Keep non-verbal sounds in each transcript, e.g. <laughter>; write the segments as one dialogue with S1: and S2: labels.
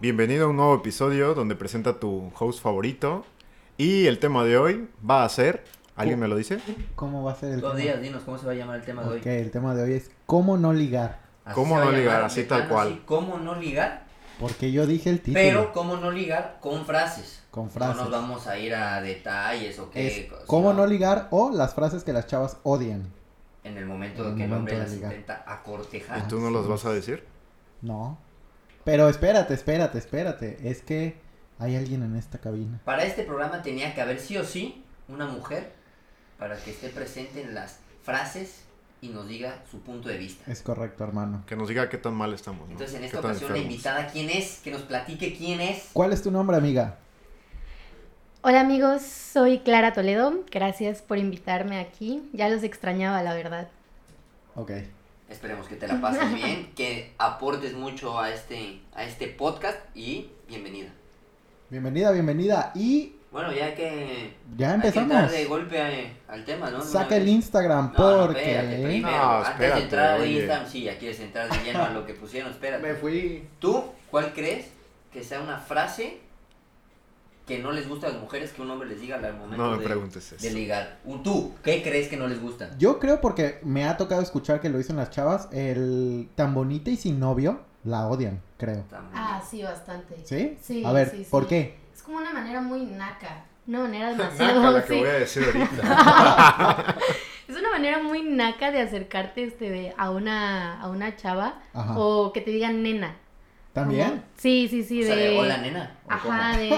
S1: Bienvenido a un nuevo episodio donde presenta tu host favorito. Y el tema de hoy va a ser. ¿Alguien me lo dice?
S2: ¿Cómo va a ser el
S3: Todos
S2: tema?
S3: días, dinos cómo se va a llamar el tema
S2: Ok,
S3: de hoy.
S2: el tema de hoy es cómo no ligar.
S3: Así
S1: ¿Cómo
S3: se va
S1: no
S3: a
S1: ligar?
S3: llamar,
S1: Así
S3: de
S1: tal
S3: plano,
S1: cual.
S3: así, ¿Cómo no ligar?
S2: Porque yo dije el título.
S3: Pero cómo no ligar con frases.
S2: Con frases.
S3: No nos vamos a ir a detalles o qué.
S2: es
S3: cosas,
S2: cómo no ligar o las frases que las chavas odian.
S3: En el momento
S2: En el
S3: en que el hombre
S2: momento de
S3: las
S2: ligar.
S3: intenta acortejar.
S1: ¿Y tú no
S2: sí.
S1: los vas a decir?
S2: No. Pero espérate, espérate, espérate. Es que hay alguien en esta cabina.
S3: Para este programa tenía que haber sí o sí una mujer para que esté presente en las frases y nos diga su punto de vista.
S2: Es correcto, hermano.
S1: Que nos diga qué tan mal estamos. ¿no?
S3: Entonces en
S1: Qué
S3: esta
S1: tan
S3: ocasión la
S1: enfermos.
S3: invitada, ¿quién es? Que nos platique quién es.
S2: ¿Cuál es tu nombre, amiga?
S4: Hola amigos, soy Clara Toledo. Gracias por invitarme aquí. Ya los extrañaba, la verdad.
S2: Ok.
S3: Esperemos que te la pases
S4: <laughs>
S3: bien, que aportes mucho a este, a este podcast y bienvenida.
S2: Bienvenida, bienvenida. Y
S3: Bueno, ya que...
S2: ya
S3: hay que entrar
S2: empezamos.
S3: de golpe eh, al tema, ¿no? De una
S2: Saca el
S3: vez.
S2: Instagram
S3: No, no, espérate,
S2: porque...
S3: primero,
S1: No,
S3: antes
S1: espérate,
S3: de entrar
S1: oye.
S3: ahí están, sí, ya quieres entrar de lleno a lo que pusieron, espérate.
S2: fui.
S3: ¿Tú cuál crees que sea una frase que no les gusta a las mujeres que un hombre les diga al momento
S1: No me
S3: de,
S1: preguntes
S3: de
S1: eso.
S3: ligar? ¿Tú qué crees que no les gusta?
S2: Yo creo porque me ha tocado escuchar que lo dicen las chavas, el tan bonita y sin novio la odian, creo.
S3: Está muy
S4: Ah,
S3: bien.
S4: sí, bastante.
S2: ¿Sí?
S4: Sí,
S2: A ver,
S4: sí, sí.
S2: ¿por qué?
S4: Es como una manera muy <laughs> naca. Una manera
S1: Naca
S4: demasiado.
S1: la que
S4: sí.
S1: voy a decir
S4: <laughs>
S1: ahorita.
S4: Es una manera muy naca de acercarte este, de- a, una, a una chava
S2: Ajá.
S4: o que te digan nena.
S2: ¿También?
S4: Como- Sí, sí, sí.
S3: O
S4: De...
S3: sea, de, hola, nena. ¿o
S4: Ajá, <laughs>
S3: cómo?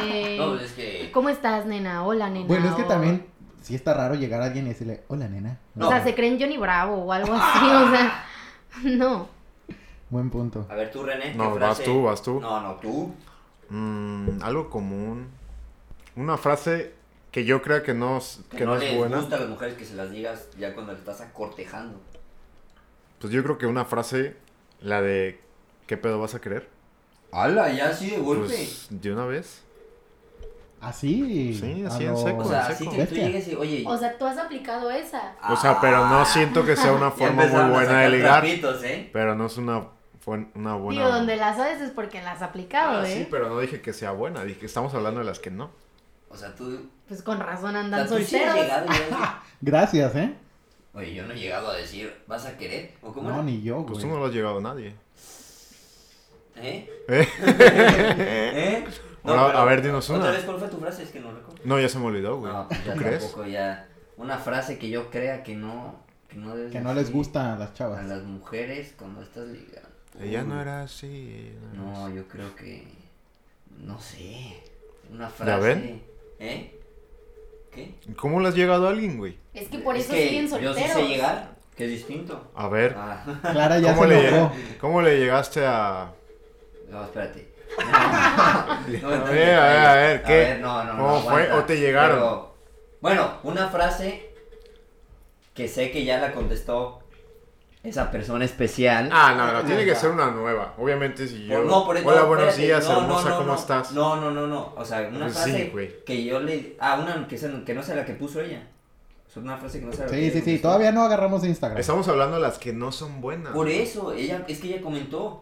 S3: No, pues
S4: de.
S3: es que...
S4: ¿Cómo estás, nena? Hola, nena.
S2: Bueno, es que
S4: o-
S2: también sí está raro llegar a alguien y decirle, hola nena.
S3: No.
S4: O sea, se creen Johnny Bravo o algo así. o sea, <laughs> no.
S2: Buen punto.
S3: A ver, tú, René, ¿qué
S1: No, vas
S3: frase?
S1: tú, vas tú.
S3: No, no, tú.
S1: Mm, algo común. Una frase que yo crea que no, es- que no es
S3: les
S1: buena.
S3: gusta a las mujeres que se las digas ya cuando le estás acortejando.
S1: Pues yo creo que una frase, la de ¿qué pedo vas a querer?
S3: ¡Hala! Ya así de golpe.
S1: Pues de una vez.
S2: Así.
S1: Sí,
S2: a
S1: así en seco,
S3: o sea,
S1: seco.
S3: así que tú
S2: Bestia.
S3: llegues y, oye.
S4: O sea, tú has aplicado esa.
S1: O sea, pero no siento que sea una
S3: Ah. <laughs> Ya
S1: forma
S3: empezaron
S1: muy
S3: a
S1: buena de
S3: sacar
S1: ligar.
S3: trapitos, ¿eh?
S1: Pero no es una, fue una buena.
S4: Digo, donde las sabes es porque las has aplicado,
S1: Ah,
S4: ¿eh?
S1: sí, pero no dije que sea buena, dije que estamos hablando de las que no.
S3: O sea, tú.
S4: Pues con razón
S3: O sea,
S4: andan
S3: tú sí has
S4: solteros. <laughs>
S3: llegado y ya dices,
S2: Gracias, ¿eh?
S3: Oye, yo no he llegado a decir, ¿vas a querer? ¿O cómo?
S2: No,
S3: era?
S2: ni yo,
S1: Pues
S2: güey.
S1: tú no lo has llegado a nadie.
S3: ¿Eh?
S1: ¿Eh?
S3: <laughs> ¿Eh?
S1: <laughs> Ahora,
S3: pero-
S1: a ver, dinos una.
S3: ¿Otra vez cuál fue tu frase? Es que no recuerdo.
S1: No, ya se me olvidó, güey.
S3: No, pues
S1: ¿Tú
S3: ya
S1: crees?
S3: tampoco, ya. Una frase que yo crea que no. Que no, debes
S2: Que no les
S3: decir
S2: gusta a las
S3: A
S2: chavas.
S3: las mujeres cuando estás ligando.
S1: Ella
S3: Uy.
S1: no era así. ella no era
S3: Oh, No,
S1: así.
S3: yo creo que. No sé. Una frase.
S1: ¿Ya ven?
S3: ¿Eh? ¿Qué?
S1: ¿Cómo le has llegado a alguien, güey?
S4: Es que por
S3: Es
S4: eso
S3: que
S4: siguen solteros.
S3: Yo sí sé llegar, que es distinto.
S1: A ver,
S3: Ah,
S2: Clara ya
S1: ¿cómo
S2: se
S1: le,
S2: enojó.
S1: lleg- ¿cómo le llegaste a...?
S3: no, espérate.
S1: <laughs> A ver, a ver, a ver, ¿qué?
S3: no, no, no,
S1: ¿Cómo fue?
S3: aguanta.
S1: ¿O te llegaron?
S3: Pero, bueno, una frase que sé que ya la contestó esa persona especial.
S1: Ah, no, no, tiene que ser una nueva. Obviamente si yo...
S3: Por- no, por
S1: Hola, buenos
S3: espérate,
S1: días,
S3: no, no,
S1: hermosa,
S3: no,
S1: ¿cómo
S3: no.
S1: estás?
S3: No, no, no, no. O sea, una
S1: Pues sí,
S3: frase
S1: güey.
S3: que yo le. Ah, una que, se- que no sea la que puso ella. O sea, una frase que no sea la que
S2: Sí,
S3: ella
S2: sí, sí.
S3: contestó.
S2: Todavía no agarramos Instagram.
S1: Estamos hablando de las que no son buenas.
S3: Por eso, ella, es que ella comentó.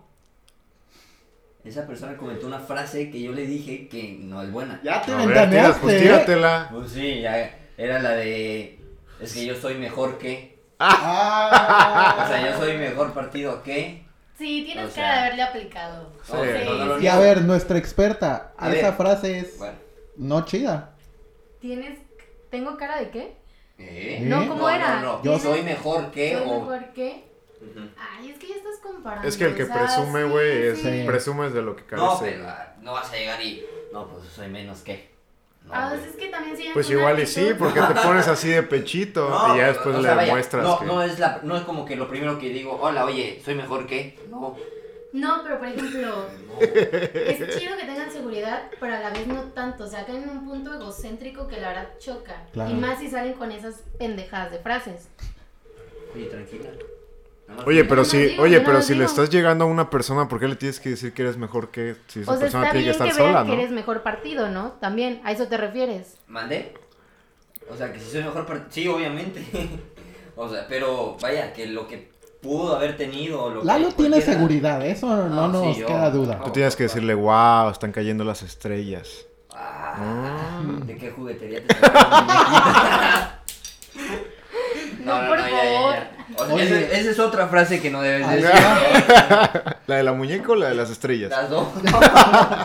S3: Esa persona comentó una frase que yo le dije que no es buena.
S2: Ya te
S1: A ver, tiras, pues
S2: ventaneaste. ¿eh?
S1: tíratela.
S3: Pues sí, ya era la de. Es que yo soy mejor que. O
S2: Ah.
S3: sea, yo soy mejor partido que.
S4: Sí, tienes
S3: O sea-
S4: cara de haberle aplicado.
S1: Sí.
S3: O sea, lo
S2: Y a
S3: niego.
S2: ver, nuestra experta,
S3: A
S2: esa
S3: ver.
S2: frase es
S3: Bueno,
S2: no chida.
S4: ¿Tienes... ¿Tengo cara de qué?
S3: ¿eh?
S2: No,
S4: ¿cómo
S3: no,
S4: era?
S3: No, no,
S2: Yo
S3: Yo soy mejor que.
S4: ¿Soy
S3: o...
S4: mejor qué?
S3: Ujú.
S4: Ay, es que ya estás comparando.
S1: Es que el que
S4: o sea,
S1: presume,
S4: sí,
S1: güey, es...
S4: sí.
S2: Sí.
S1: Presumes de lo que carece.
S3: No, pero ah, no vas a llegar y. No, pues soy menos que. No,
S4: Ah,
S3: güey.
S4: pues es que también siguen
S1: Pues
S4: con una
S1: igual y sí,
S4: actitud.
S1: porque te pones así de pechito
S3: No,
S1: y ya
S3: o-
S1: después
S3: o
S1: le
S3: sea, vaya,
S1: demuestras
S3: no,
S1: que...
S3: no es la, no es como que lo primero que digo, hola, oye, soy mejor que. No.
S4: <laughs> No, pero por ejemplo,
S3: no.
S1: <laughs>
S4: es chido que tengan seguridad, pero a la vez no tanto. O sea, caen en un punto egocéntrico que la verdad choca.
S2: Claro.
S4: Y más si salen con esas pendejadas de frases.
S3: Oye, tranquila. Nada más
S1: Oye,
S3: que-
S1: pero
S4: no
S1: si,
S4: digo,
S1: oye,
S4: yo no
S1: pero
S4: lo
S1: si le
S4: digo.
S1: estás llegando a una persona, ¿por qué le tienes que decir que eres mejor que si esa
S4: O sea,
S1: persona
S4: está
S1: tiene que
S4: bien
S1: estar
S4: que
S1: sola,
S4: vean que
S1: no?
S4: eres mejor partido, ¿no? También, ¿a eso te refieres?
S3: ¿Mandé? <laughs> O sea, que si soy mejor. par- Sí, obviamente. o sea, pero vaya, que lo que pudo haber tenido. Lo que
S2: Lalo tiene
S3: cualquiera-
S2: seguridad, eso no,
S3: Ah, sí,
S2: nos
S3: yo.
S2: queda duda.
S1: Tú tienes que decirle, wow, están cayendo las estrellas.
S3: Ah, ¿De qué juguetería te
S4: <laughs>
S3: sacaste?
S4: No, por favor.
S3: O sea,
S2: Oye.
S3: esa- esa es otra frase que no debes
S2: Ajá.
S3: decir.
S1: <laughs> ¿La de la muñeca o la de las estrellas?
S3: Las dos. <laughs>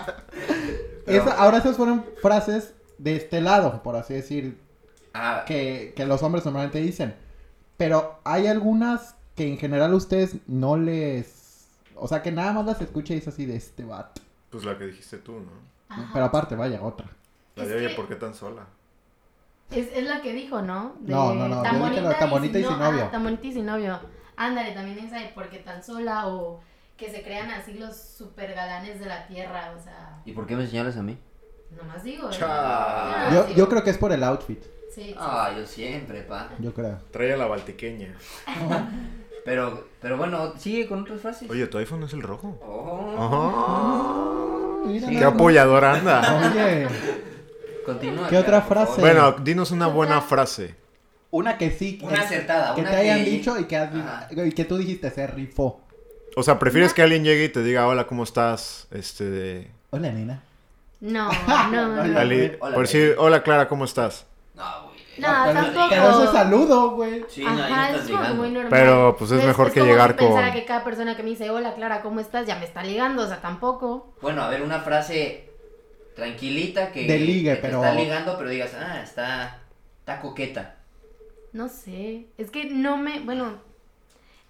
S3: Pero-
S2: Esa- ahora esas fueron frases de este lado, por así decir,
S3: Ah,
S2: que, que los hombres normalmente dicen. Pero hay algunas que en general ustedes no les... O sea, que nada más las escucha y es así de este vato.
S1: Pues la que dijiste tú, ¿no?
S4: Ajá.
S2: Pero aparte, vaya, otra.
S1: La
S4: Es
S1: de, oye,
S4: que-
S1: ¿por qué tan sola?
S4: Es, es la que dijo, ¿no?
S2: No, no, no, yo dije la tan bonita y sin
S4: no-
S2: novio.
S4: ah, tan bonita y sin novio. Ándale, también esa de porque tan sola o que se crean así los super galanes de la tierra, o sea,
S3: ¿Y por qué me señalas a mí?
S4: nomás digo. ¿eh?
S1: Cha.
S4: Ah,
S2: Yo,
S4: sí.
S2: yo creo que es por el outfit,
S4: Sí, sí.
S3: Ah, yo siempre, pa.
S2: yo creo.
S1: Trae a la baltequeña.
S3: Pero, pero bueno, sigue con otras frases.
S1: Oye, tu iPhone es el rojo.
S3: Oh.
S1: Ajá.
S2: Mira,
S1: Ah, Qué
S2: nada más.
S1: apoyador
S4: <laughs>
S1: anda.
S2: Oye,
S3: Continúa.
S2: ¿Qué
S3: Clara,
S2: otra
S3: por favor.
S2: frase?
S1: Bueno, dinos una buena frase.
S2: una que sí.
S3: Una acertada,
S2: Que
S3: una
S2: te hayan
S3: que-
S2: dicho y que, has-
S3: Ajá.
S2: y que tú dijiste, se rifó.
S1: O sea, ¿prefieres que alguien llegue y te diga, hola, ¿cómo estás? Este, de...
S2: Hola, nena. <laughs>
S4: No, no, no.
S2: Hola, Ale.
S4: no.
S1: Ali-
S3: Hola,
S1: por decir,
S3: baby.
S1: hola, Clara, ¿cómo estás?
S3: No, güey.
S4: No,
S2: pero,
S4: tampoco.
S2: pero eso es saludo, güey.
S3: Sí, no, ahí
S4: Ajá,
S3: estás
S4: es como que
S3: ligando.
S4: muy normal.
S1: Pero, pues, es mejor que
S4: como
S1: llegar
S4: si pensara
S1: con-
S4: que cada persona que me dice, hola Clara, ¿cómo estás? Ya me está ligando, o sea, tampoco.
S3: Bueno, a ver, una frase tranquilita que.
S2: De ligue,
S3: que te
S2: pero-
S3: Está ligando, pero digas, ah, está. Está coqueta.
S4: No sé. Es que no me. Bueno,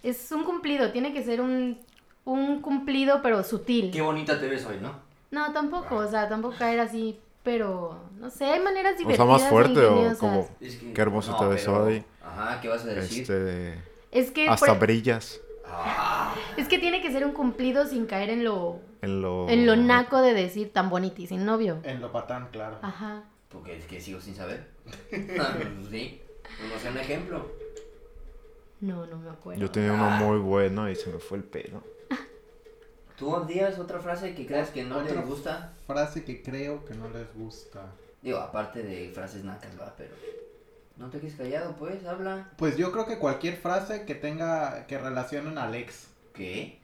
S4: es un cumplido, tiene que ser un, un cumplido, pero sutil.
S3: Qué bonita te ves hoy, ¿no?
S4: No, tampoco, o sea, tampoco caer así, pero no sé, hay maneras
S1: O
S4: divertidas.
S1: sea, más
S4: e
S1: fuerte o
S4: ingeniosas.
S1: como,
S3: Es que-
S1: Qué hermoso
S3: no,
S1: te ves
S3: pero-
S1: hoy.
S3: Ajá, ¿qué vas a decir?
S1: este, de...
S4: Es que,
S1: Hasta
S4: por- e-
S1: brillas
S3: Ah,
S4: es que tiene que ser un cumplido sin caer en lo,
S1: en lo...
S4: en lo naco de decir tan bonita y sin novio.
S2: En lo patán, claro.
S4: Ajá.
S3: porque es que sigo sin saber. <laughs> Ah, pues sí. No sé un ejemplo.
S4: No, no me acuerdo.
S1: Yo tenía uno muy bueno y se me fue el pedo.
S3: ¿Tú, Abdías, otra frase que creas que no
S2: Otra.
S3: te gusta?
S2: Frase que creo que no les gusta.
S3: Digo, aparte de frases nacas, va, pero. No te quedes callado, pues, habla.
S2: Pues yo creo que cualquier frase que tenga, que relacionen al ex.
S3: ¿Qué?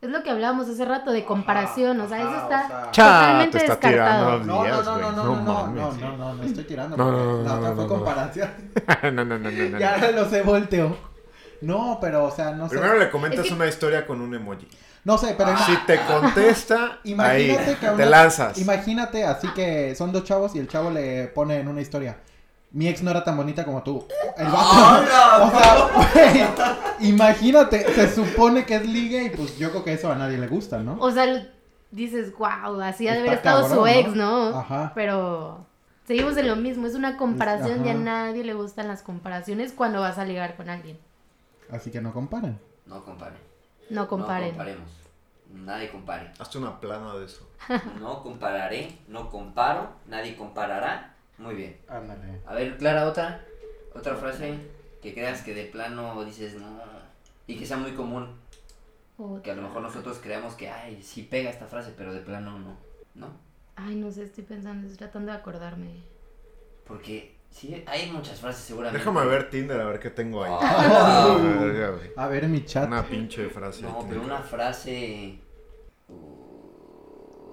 S4: Es lo que hablábamos hace rato de comparación, o sea,
S2: Ajá,
S4: eso
S2: o
S4: está
S2: sea-
S1: Cha,
S4: totalmente
S1: te está
S4: descartado.
S1: tirando
S2: No, no,
S1: Abdías,
S2: no,
S1: güey.
S2: no, no, no, no, no,
S1: <laughs> mames.
S2: no, no, no estoy tirando.
S1: No,
S2: porque
S1: no, no,
S2: la
S1: no,
S2: otra
S1: no,
S2: fue
S1: no, no.
S2: comparación.
S1: <laughs> no, no, no, no, no.
S2: ya lo sé, volteo. No, pero, o sea, no sé.
S1: Primero le comentas
S4: Es que-
S1: una historia con un emoji.
S2: No sé, pero ima-
S1: Si
S2: <laughs>
S1: te contesta, ahí
S2: imagínate que a
S1: te
S2: una-
S1: lanzas.
S2: Imagínate, así que son dos chavos y el chavo le pone en una historia. Mi ex no era tan bonita como tú. El vato. o sea, güey, imagínate, se supone que es ligue y pues yo creo que eso a nadie le gusta, ¿no?
S4: O sea, lo- dices, wow, así ha de
S2: Está
S4: haber estado su
S2: cabrón,
S4: ex,
S2: ¿no?
S4: ¿no?
S2: Ajá.
S4: Pero seguimos en lo mismo, es una comparación y a
S2: Ajá.
S4: nadie le gustan las comparaciones cuando vas a ligar con alguien.
S2: Así que no comparen.
S3: No comparen.
S4: No
S3: No
S4: comparen.
S3: comparemos. Nadie compare.
S1: Hazte una plana de eso.
S3: No compararé, no comparo, nadie comparará. Muy bien.
S2: Ándale.
S3: A ver, Clara, otra, otra frase que creas que de plano dices no. Y que sea muy común,
S4: O-
S3: que a lo mejor nosotros creamos que, ay, sí pega esta frase, pero de plano no. ¿No?
S4: Ay, no sé, estoy pensando, estoy tratando de acordarme.
S3: Porque sí, hay muchas frases seguramente.
S1: Déjame ver Tinder a ver qué tengo ahí.
S3: Ah,
S2: A ver, mi chat.
S1: Una pinche frase.
S3: no, pero una frase...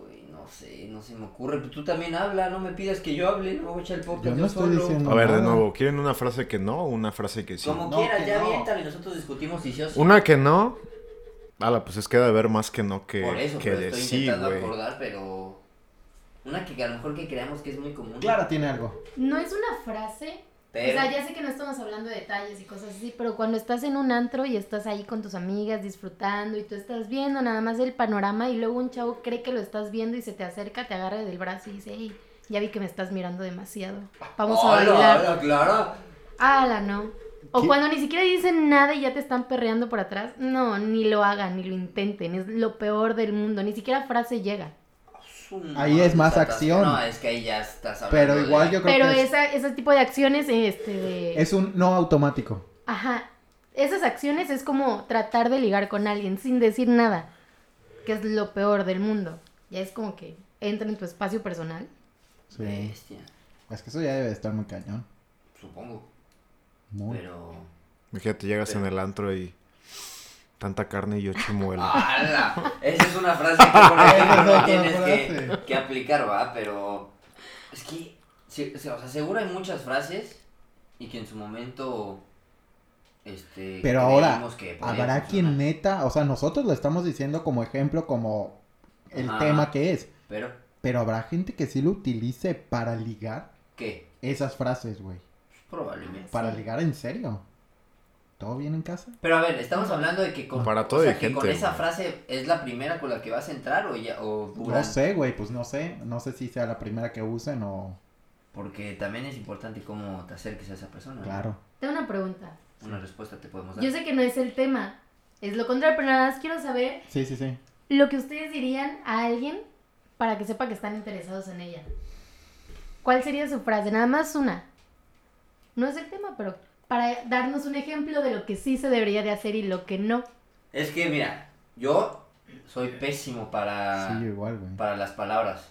S3: Uy, no sé, no se me ocurre. Pues Tú también habla, no me pidas que yo hable, no voy a echar el podcast
S2: Yo
S3: yo,
S2: no estoy
S3: solo.
S2: diciendo-
S1: A ver, de
S2: nada.
S1: nuevo, ¿quieren una frase que no o una frase que sí?
S3: Como
S2: No,
S3: quieras,
S2: que
S3: ya
S2: no.
S3: aviéntale, nosotros discutimos si sí o sí.
S1: Una que no. Ala, pues es que ha de ver más que no que,
S3: Por eso,
S1: que
S3: pero
S1: de
S3: estoy
S1: sí,
S3: intentando
S1: güey.
S3: acordar, pero. Una que a lo mejor que creamos que es muy común.
S2: Clara tiene algo.
S4: No es una frase.
S3: Pero.
S4: O sea, ya sé que no estamos hablando de detalles y cosas así, pero cuando estás en un antro y estás ahí con tus amigas disfrutando y tú estás viendo nada más el panorama y luego un chavo cree que lo estás viendo y se te acerca, te agarra del brazo y dice, hey, ya vi que me estás mirando demasiado. Vamos a
S3: ¡Hala,
S4: bailar.
S3: hala, Clara!
S4: Ala, no. O
S2: ¿Qué?
S4: cuando ni siquiera dicen nada y ya te están perreando por atrás. No, ni lo hagan, ni lo intenten. Es lo peor del mundo. Ni siquiera frase llega.
S3: Su
S2: Ahí es
S3: madre,
S2: más
S3: estás-
S2: acción.
S3: No, es que ahí ya estás hablando.
S2: Pero igual
S3: de-
S2: yo creo
S4: Pero
S2: que es,
S4: esa, ese tipo de acciones, este, de...
S2: es un no automático.
S4: Ajá. Esas acciones es como tratar de ligar con alguien sin decir nada. Que es lo peor del mundo. Ya es como que entra en tu espacio personal.
S2: Sí.
S3: Bestia,
S2: Es que eso ya debe estar muy cañón.
S3: supongo.
S2: Muy.
S3: Pero.
S1: Imagínate, llegas en el antro y. Tanta carne y yo chimuelo.
S3: Ah. ¡Hala! Esa es una frase que por
S2: <laughs>
S3: ejemplo
S2: Esa es otra
S3: tienes que,
S2: frase.
S3: que aplicar, va, pero es que, se- se- o sea, seguro hay muchas frases y que en su momento, este,
S2: Pero ahora,
S3: creímos que podían
S2: habrá quien
S3: funcionar,
S2: neta, o sea, nosotros lo estamos diciendo como ejemplo, como el
S3: Ajá.
S2: tema que es.
S3: Pero,
S2: Pero habrá gente que sí lo utilice para ligar
S3: ¿qué?
S2: esas frases, güey.
S3: Probablemente.
S2: Para
S4: Sí.
S2: ligar en serio. ¿Todo bien en casa?
S3: Pero a ver, estamos hablando de que con,
S1: Para
S3: o
S1: todo
S3: sea,
S1: hay
S3: que
S1: gente,
S3: con esa
S1: güey.
S3: frase es la primera con la que vas a entrar o ya, o
S2: No
S3: duran?
S2: sé, güey, pues no sé. No sé si sea la primera que usen o...
S3: Porque también es importante cómo te acerques a esa persona. ¿no?
S2: Claro.
S4: Tengo una pregunta.
S3: Una respuesta te podemos dar.
S4: Yo sé que no es el tema, es lo contrario, pero nada más quiero saber
S2: Sí, sí, sí.
S4: lo que ustedes dirían a alguien para que sepa que están interesados en ella. ¿Cuál sería su frase? Nada más una. No es el tema, pero para darnos un ejemplo de lo que sí se debería de hacer y lo que no.
S3: Es que mira, yo soy pésimo para,
S2: Sí, yo igual, güey.
S3: para las palabras.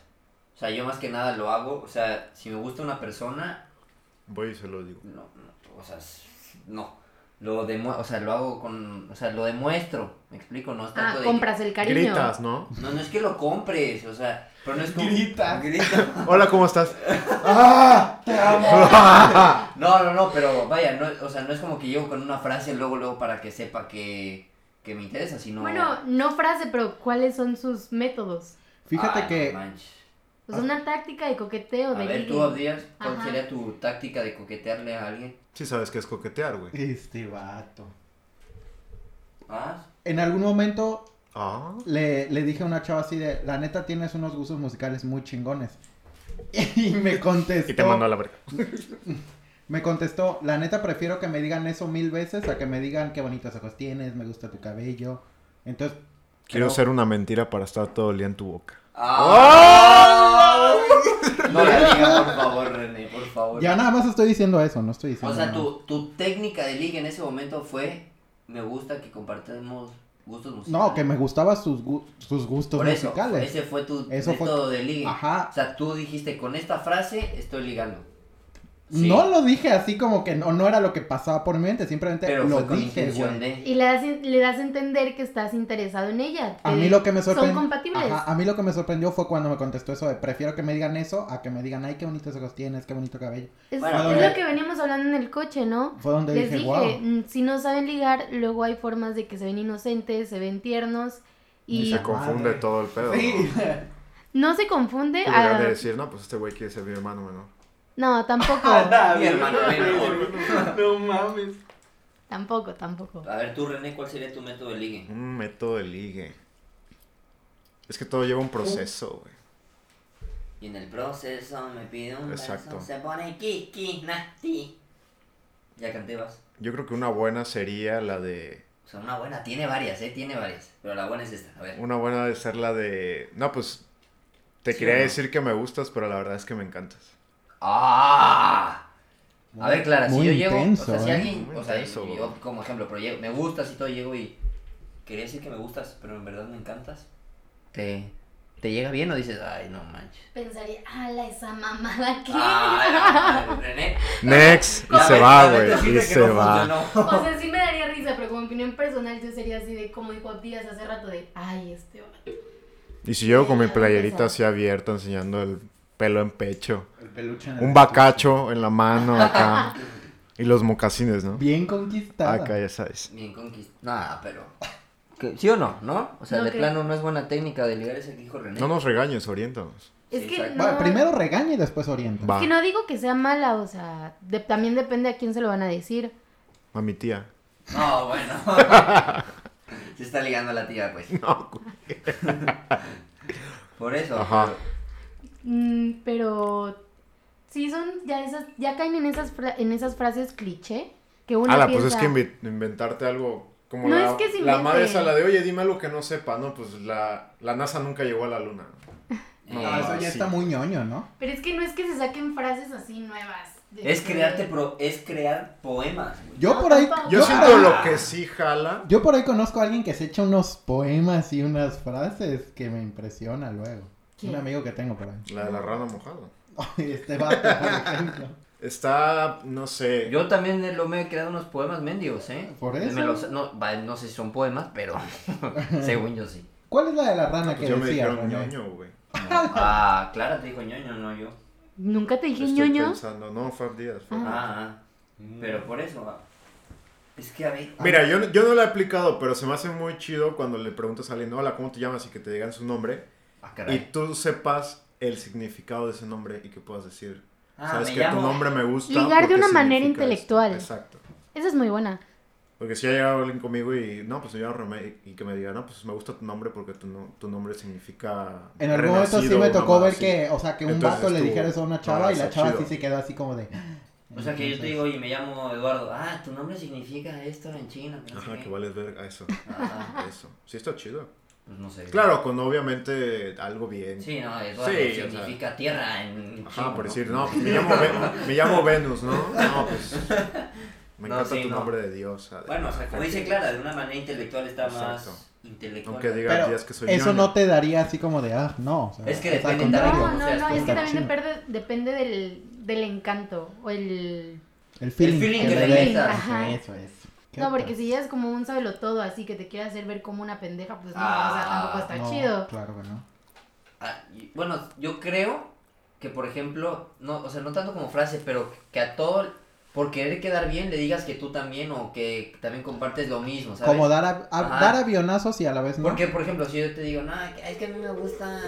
S3: O sea, yo más que nada lo hago. O sea, si me gusta una persona,
S1: Voy y se lo digo.
S3: no, no, o sea, s- no. Lo demu- o sea, lo hago con, o sea, lo demuestro. ¿Me explico? No es
S4: Ah,
S3: tanto de que-
S4: compras el cariño.
S1: Gritas, ¿no?
S3: No, no es que lo compres, o sea, pero no es como
S2: Grita.
S3: Grita.
S1: Hola, ¿cómo estás?
S2: ¡Ah! ¡Te amo!
S3: No, no, no, pero vaya, no, o sea, no es como que llego con una frase luego, luego para que sepa que, que me interesa, sino...
S4: Bueno, no frase, pero ¿cuáles son sus métodos?
S2: Fíjate
S3: Ah, no
S2: que...
S3: manches.
S4: O sea, una táctica de coqueteo,
S3: Ah. A
S4: de
S3: ver,
S4: ligue.
S3: tú, Abdías, ¿cuál
S4: Ajá.
S3: sería tu táctica de coquetearle a alguien?
S1: <laughs> Sí sabes que es coquetear, güey.
S2: Este vato.
S3: ¿Ah?
S2: En algún momento
S1: Ah.
S2: le, le dije a una chava así de... La neta tienes unos gustos musicales muy chingones. <laughs> Y me contestó...
S1: Y te mando a la verga.
S2: Me contestó, la neta prefiero que me digan eso mil veces a que me digan qué bonitos ojos tienes, me gusta tu cabello. Entonces,
S1: Quiero
S2: creo-
S1: hacer una mentira para estar todo el día en tu boca.
S3: ¡Ah! No la diga, por favor, René, por favor.
S2: Ya nada más estoy diciendo eso, no estoy diciendo.
S3: O sea,
S2: nada
S3: tu, tu técnica de ligue en ese momento fue, me gusta que compartamos gustos
S2: más.
S3: musicales.
S2: No, que me gustaban sus, gu- sus gustos
S3: Pues, ah. Por eso,
S2: musicales.
S3: ese fue tu
S2: Eso fue-
S3: método de ligue.
S2: Ajá.
S3: O sea, tú dijiste, con esta frase estoy ligando. Sí,
S2: No lo dije así como que no, no era lo que pasaba por mi mente, simplemente
S3: Pero
S2: lo
S3: fue con
S2: dije,
S3: intención
S2: güey.
S3: de...
S4: Y le das, le das a entender que estás interesado en ella.
S2: A mí lo que me sorprendió.
S4: Son compatibles.
S2: a mí lo que me sorprendió fue cuando me contestó eso de prefiero que me digan eso a que me digan, ay, qué bonitos ojos tienes, qué bonito cabello.
S4: Es,
S3: Bueno,
S4: es
S2: bueno.
S4: lo que veníamos hablando en el coche, ¿no?
S2: Fue donde
S4: Les
S2: dije,
S4: dije,
S2: wow.
S3: <laughs>
S4: mm, si no saben ligar, luego hay formas de que se ven inocentes, se ven tiernos
S1: Y,
S4: y
S1: se confunde
S2: madre.
S1: todo el pedo.
S2: Sí.
S1: ¿no?
S4: no se confunde.
S1: Tú
S4: ah,
S1: deberías de decir, no, pues este güey quiere ser mi hermano menor.
S4: no,
S2: <laughs>
S4: tampoco,
S3: Mi hermano menor.
S5: No mames.
S4: tampoco, tampoco.
S3: A ver, tú, René, ¿cuál sería tu método de ligue?
S1: Un método de ligue. Es que todo lleva un proceso, güey.
S3: Y en el proceso me pide un
S1: Exacto.
S3: beso, se pone kiki, nati. Ya canté, vas.
S1: Yo creo que una buena sería la de.
S3: O sea, una buena, tiene varias, ¿eh? Tiene varias. Pero la buena es esta, a ver.
S1: Una buena de ser la de. No, pues. Te
S3: Sí,
S1: quería
S3: ¿no?
S1: decir que me gustas, pero la verdad es que me encantas.
S3: ¡Ah! A ver, Clara, si
S2: Muy
S3: yo
S2: intenso,
S3: llego, o sea, si
S2: ¿eh?
S3: alguien,
S1: Muy
S3: o sea,
S1: intenso,
S3: yo
S1: bro.
S3: como ejemplo, pero llego, me gustas y todo, llego y quería decir que me gustas, pero en verdad me encantas. ¿Te, te llega bien o dices, ay, no manches?
S4: Pensaría, ala, esa mamada que...
S1: Ah.
S3: Ay, no, René.
S1: Next. Y
S3: Ya
S1: se
S3: ves,
S1: va,
S3: ya ves,
S1: güey. Y
S3: decirle que
S1: se
S3: no
S1: va.
S3: funcionó.
S4: O sea, sí me daría risa, pero como opinión personal yo sería así de, como dijo Díaz hace rato, de, ay, este... hombre".
S1: Y si llego con mi
S4: Ya,
S1: playerita
S4: empezó.
S1: así abierta, enseñando el pelo en pecho.
S2: El peluche en el
S1: Un
S2: estuche.
S1: bacacho en la mano acá. Y los mocasines, ¿no?
S2: Bien conquistada.
S1: Acá ya sabes.
S3: Bien conquistado. Nada, pero. ¿Qué? ¿Sí o no? ¿No? O sea,
S4: No,
S3: de
S4: que-
S3: plano no es buena técnica de ligar ese que dijo René.
S1: No nos regañes, oriéntanos.
S4: Es
S3: Sí,
S4: que
S3: exacto.
S4: no...
S2: Bueno, primero regaña y después orienta.
S1: Va.
S4: Es que no digo que sea mala, o sea, de- también depende a quién se lo van a decir.
S1: A mi tía.
S3: No,
S1: <laughs>
S3: bueno. Se está ligando a la tía, pues.
S1: No, güey.
S3: Por eso.
S1: Ajá.
S4: Mm, pero sí son ya esas ya caen en esas fra- en esas frases cliché que uno
S1: Ala,
S4: piensa
S1: pues es que invi- inventarte algo como
S4: No
S1: la,
S4: es que se
S1: la madre
S4: inventen.
S1: esa, la de oye, dime algo que no sepa, ¿no? Pues la, la NASA nunca llegó a la luna.
S3: No,
S2: Ah, eso
S1: sí.
S2: ya está muy ñoño, ¿no?
S4: pero es que no es que se saquen frases así nuevas. de-
S3: Es crearte pro... es crear poemas, güey.
S2: Yo
S4: No,
S2: por ahí.
S4: tampoco.
S1: Yo
S2: yo por
S1: siento
S2: ahí-
S1: lo que sí jala.
S2: Yo por ahí conozco a alguien que se echa unos poemas y unas frases que me impresiona luego.
S4: ¿Quién?
S2: Un amigo que tengo por ahí. <laughs>
S1: La de la rana mojada.
S2: Este vato, por ejemplo.
S1: Está, no sé.
S3: Yo también en lo me he creado unos poemas mendios, ¿eh?
S2: Por
S3: Me
S2: eso.
S3: los- no, va, no sé si son poemas,
S2: <laughs>
S3: pero <laughs> según yo sí.
S2: ¿Cuál es la de la rana
S1: Pues
S2: que
S1: yo me
S2: decía,
S1: dijeron
S2: René?
S1: ñoño, güey.
S3: Ah, Clara te dijo ñoño, no yo.
S4: Nunca te dije
S1: Estoy
S4: ñoño.
S1: pensando, no, Fab Díaz. Fab.
S3: Ah, ah. pero por eso. ah. Es que a ver.
S1: Mira, yo, no- yo no lo he aplicado, pero se me hace muy chido cuando le preguntas a alguien, hola, ¿cómo te llamas? Y que te digan su nombre
S3: Ah, caray.
S1: y tú sepas el significado de ese nombre y que puedas decir,
S3: Ah,
S1: sabes
S3: me
S1: que
S3: llamo-
S1: tu nombre me gusta.
S4: Ligar de
S1: porque
S4: una manera
S1: significa esto".
S4: intelectual.
S1: Exacto.
S4: Esa es muy buena.
S1: Porque si ha llegado alguien conmigo y, no, pues me llamo Romé y que me diga, no, pues me gusta tu nombre porque tu, no- tu nombre significa.
S2: En algún momento sí
S1: renacido,
S2: me
S1: una
S2: tocó
S1: madre
S2: ver
S1: así.
S2: que, o sea, que un
S1: Entonces
S2: vato le
S1: estuvo-
S2: dijera eso a una chava
S1: no,
S2: y la
S1: está
S2: chava
S1: chido.
S2: sí se quedó así como de...
S3: O sea que yo te
S2: Entonces,
S3: digo, oye, me llamo Eduardo. Ah, tu nombre significa esto en China. que no sé
S1: Ajá,
S3: qué.
S1: que vales ver a
S3: <laughs>
S1: eso.
S3: Ah,
S1: Eso. Sí, está chido.
S3: pues no sé.
S1: Claro, con obviamente algo bien.
S3: Sí, no, Eduardo
S1: Sí, o
S3: significa tierra en
S1: Ajá,
S3: chino,
S1: por decir, no, pues me llamo, Ve- me llamo Venus, ¿no? No, pues. Me
S3: No,
S1: encanta
S3: sí,
S1: tu
S3: no.
S1: nombre de diosa. de-
S3: Bueno, o sea, como dice Clara, de una manera intelectual está
S1: Exacto.
S3: más intelectual.
S1: Aunque diga
S2: Pero
S1: días que soy
S2: "Ah, eso
S1: ñoño.
S2: no te daría así como de, ah, no. o sea,
S3: Es que
S2: al
S3: depende
S4: No,
S3: Claro,
S2: contrario,
S4: no,
S3: o sea,
S4: no, es que
S2: está
S4: también
S2: chido.
S4: depende, depende del, del encanto o el...
S2: El feeling,
S3: feeling
S2: que
S4: que
S2: le
S4: le
S2: des.
S4: metas. Ajá.
S2: Eso es.
S4: No, porque si ya es como un todo así que te quiere hacer ver como una pendeja, pues no, o sea,
S3: Ah,
S4: tampoco está
S2: No,
S4: chido.
S2: Claro que no.
S3: Ah, y- bueno, yo creo que, por ejemplo, no, o sea, no tanto como frase, pero que a todo, por querer quedar bien, le digas que tú también o que también compartes lo mismo, ¿sabes?
S2: Como dar, a- a-
S3: Ajá.
S2: dar avionazos y a la vez no.
S3: Porque, por ejemplo, si yo te digo, no, es que a mí me gusta,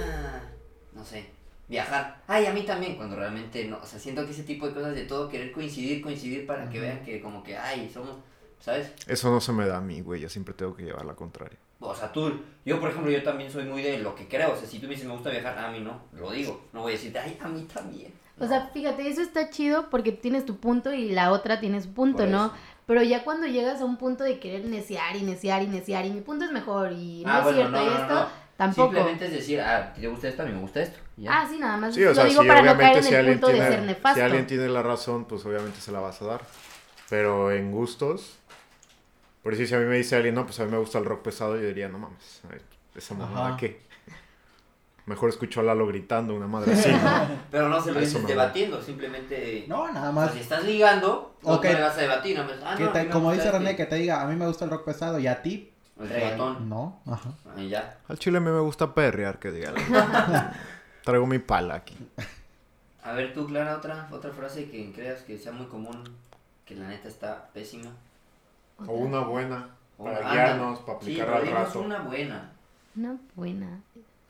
S3: no sé, viajar. Ay, a mí también, cuando realmente no. O sea, siento que ese tipo de cosas de todo, querer coincidir, coincidir para que
S2: Ajá.
S3: vean que como que, ay, somos, ¿sabes?
S1: Eso no se me da a mí, güey. Yo siempre tengo que llevar la contraria.
S3: O sea, tú, yo, por ejemplo, yo también soy muy de lo que creo. O sea, si tú me dices, me gusta viajar, a mí no, lo digo. No voy a decirte, ay, a mí también.
S4: O sea, fíjate, eso está chido porque tú tienes tu punto y la otra tiene su punto,
S3: Por
S4: ¿no?
S3: eso.
S4: Pero ya cuando llegas a un punto de querer neciar y neciar y neciar y mi punto es mejor y no
S3: Ah,
S4: es
S3: bueno,
S4: cierto
S3: no,
S4: y
S3: no,
S4: esto,
S3: no.
S4: tampoco.
S3: Simplemente es decir, ah, te gusta esto, a mí me gusta esto. y ya.
S4: Ah, sí, nada más
S1: Sí, o sea,
S4: lo digo
S1: si
S4: para no caer
S1: obviamente
S4: en
S1: si
S4: el
S1: alguien,
S4: punto de ser
S1: tiene,
S4: nefasto.
S1: si alguien tiene la razón, pues obviamente se la vas a dar. Pero en gustos, por decir, si a mí me dice alguien, no, pues a mí me gusta el rock pesado, yo diría, no mames, ay, esa mamada
S2: Ajá.
S1: qué. Mejor escucho a Lalo gritando, una madre así,
S4: Ah.
S1: ¿no?
S3: Pero no se lo
S1: Eso
S3: dices
S1: me
S3: debatiendo, simplemente.
S2: No, nada
S3: O sea,
S2: más.
S3: si estás ligando, no
S2: Ok.
S3: te le vas a debatir. No, me- ah,
S2: que
S3: no, a
S2: te-
S3: mí me
S2: como
S3: gusta
S2: dice
S3: este,
S2: René, que te diga, a mí me gusta el rock pesado y a ti.
S3: El reggaetón.
S2: No, ajá.
S3: Ah, ya.
S1: <laughs> Al chile a mí me gusta perrear, que diga. <laughs> Traigo mi pala aquí.
S3: A ver tú, Clara, otra, otra frase que creas que sea muy común, que la neta está pésima.
S1: O una buena,
S3: O-
S1: para
S3: anda.
S1: guiarnos, para
S3: sí,
S1: aplicar
S3: pero
S1: al
S3: dinos
S1: rato.
S3: una buena.
S4: Una buena.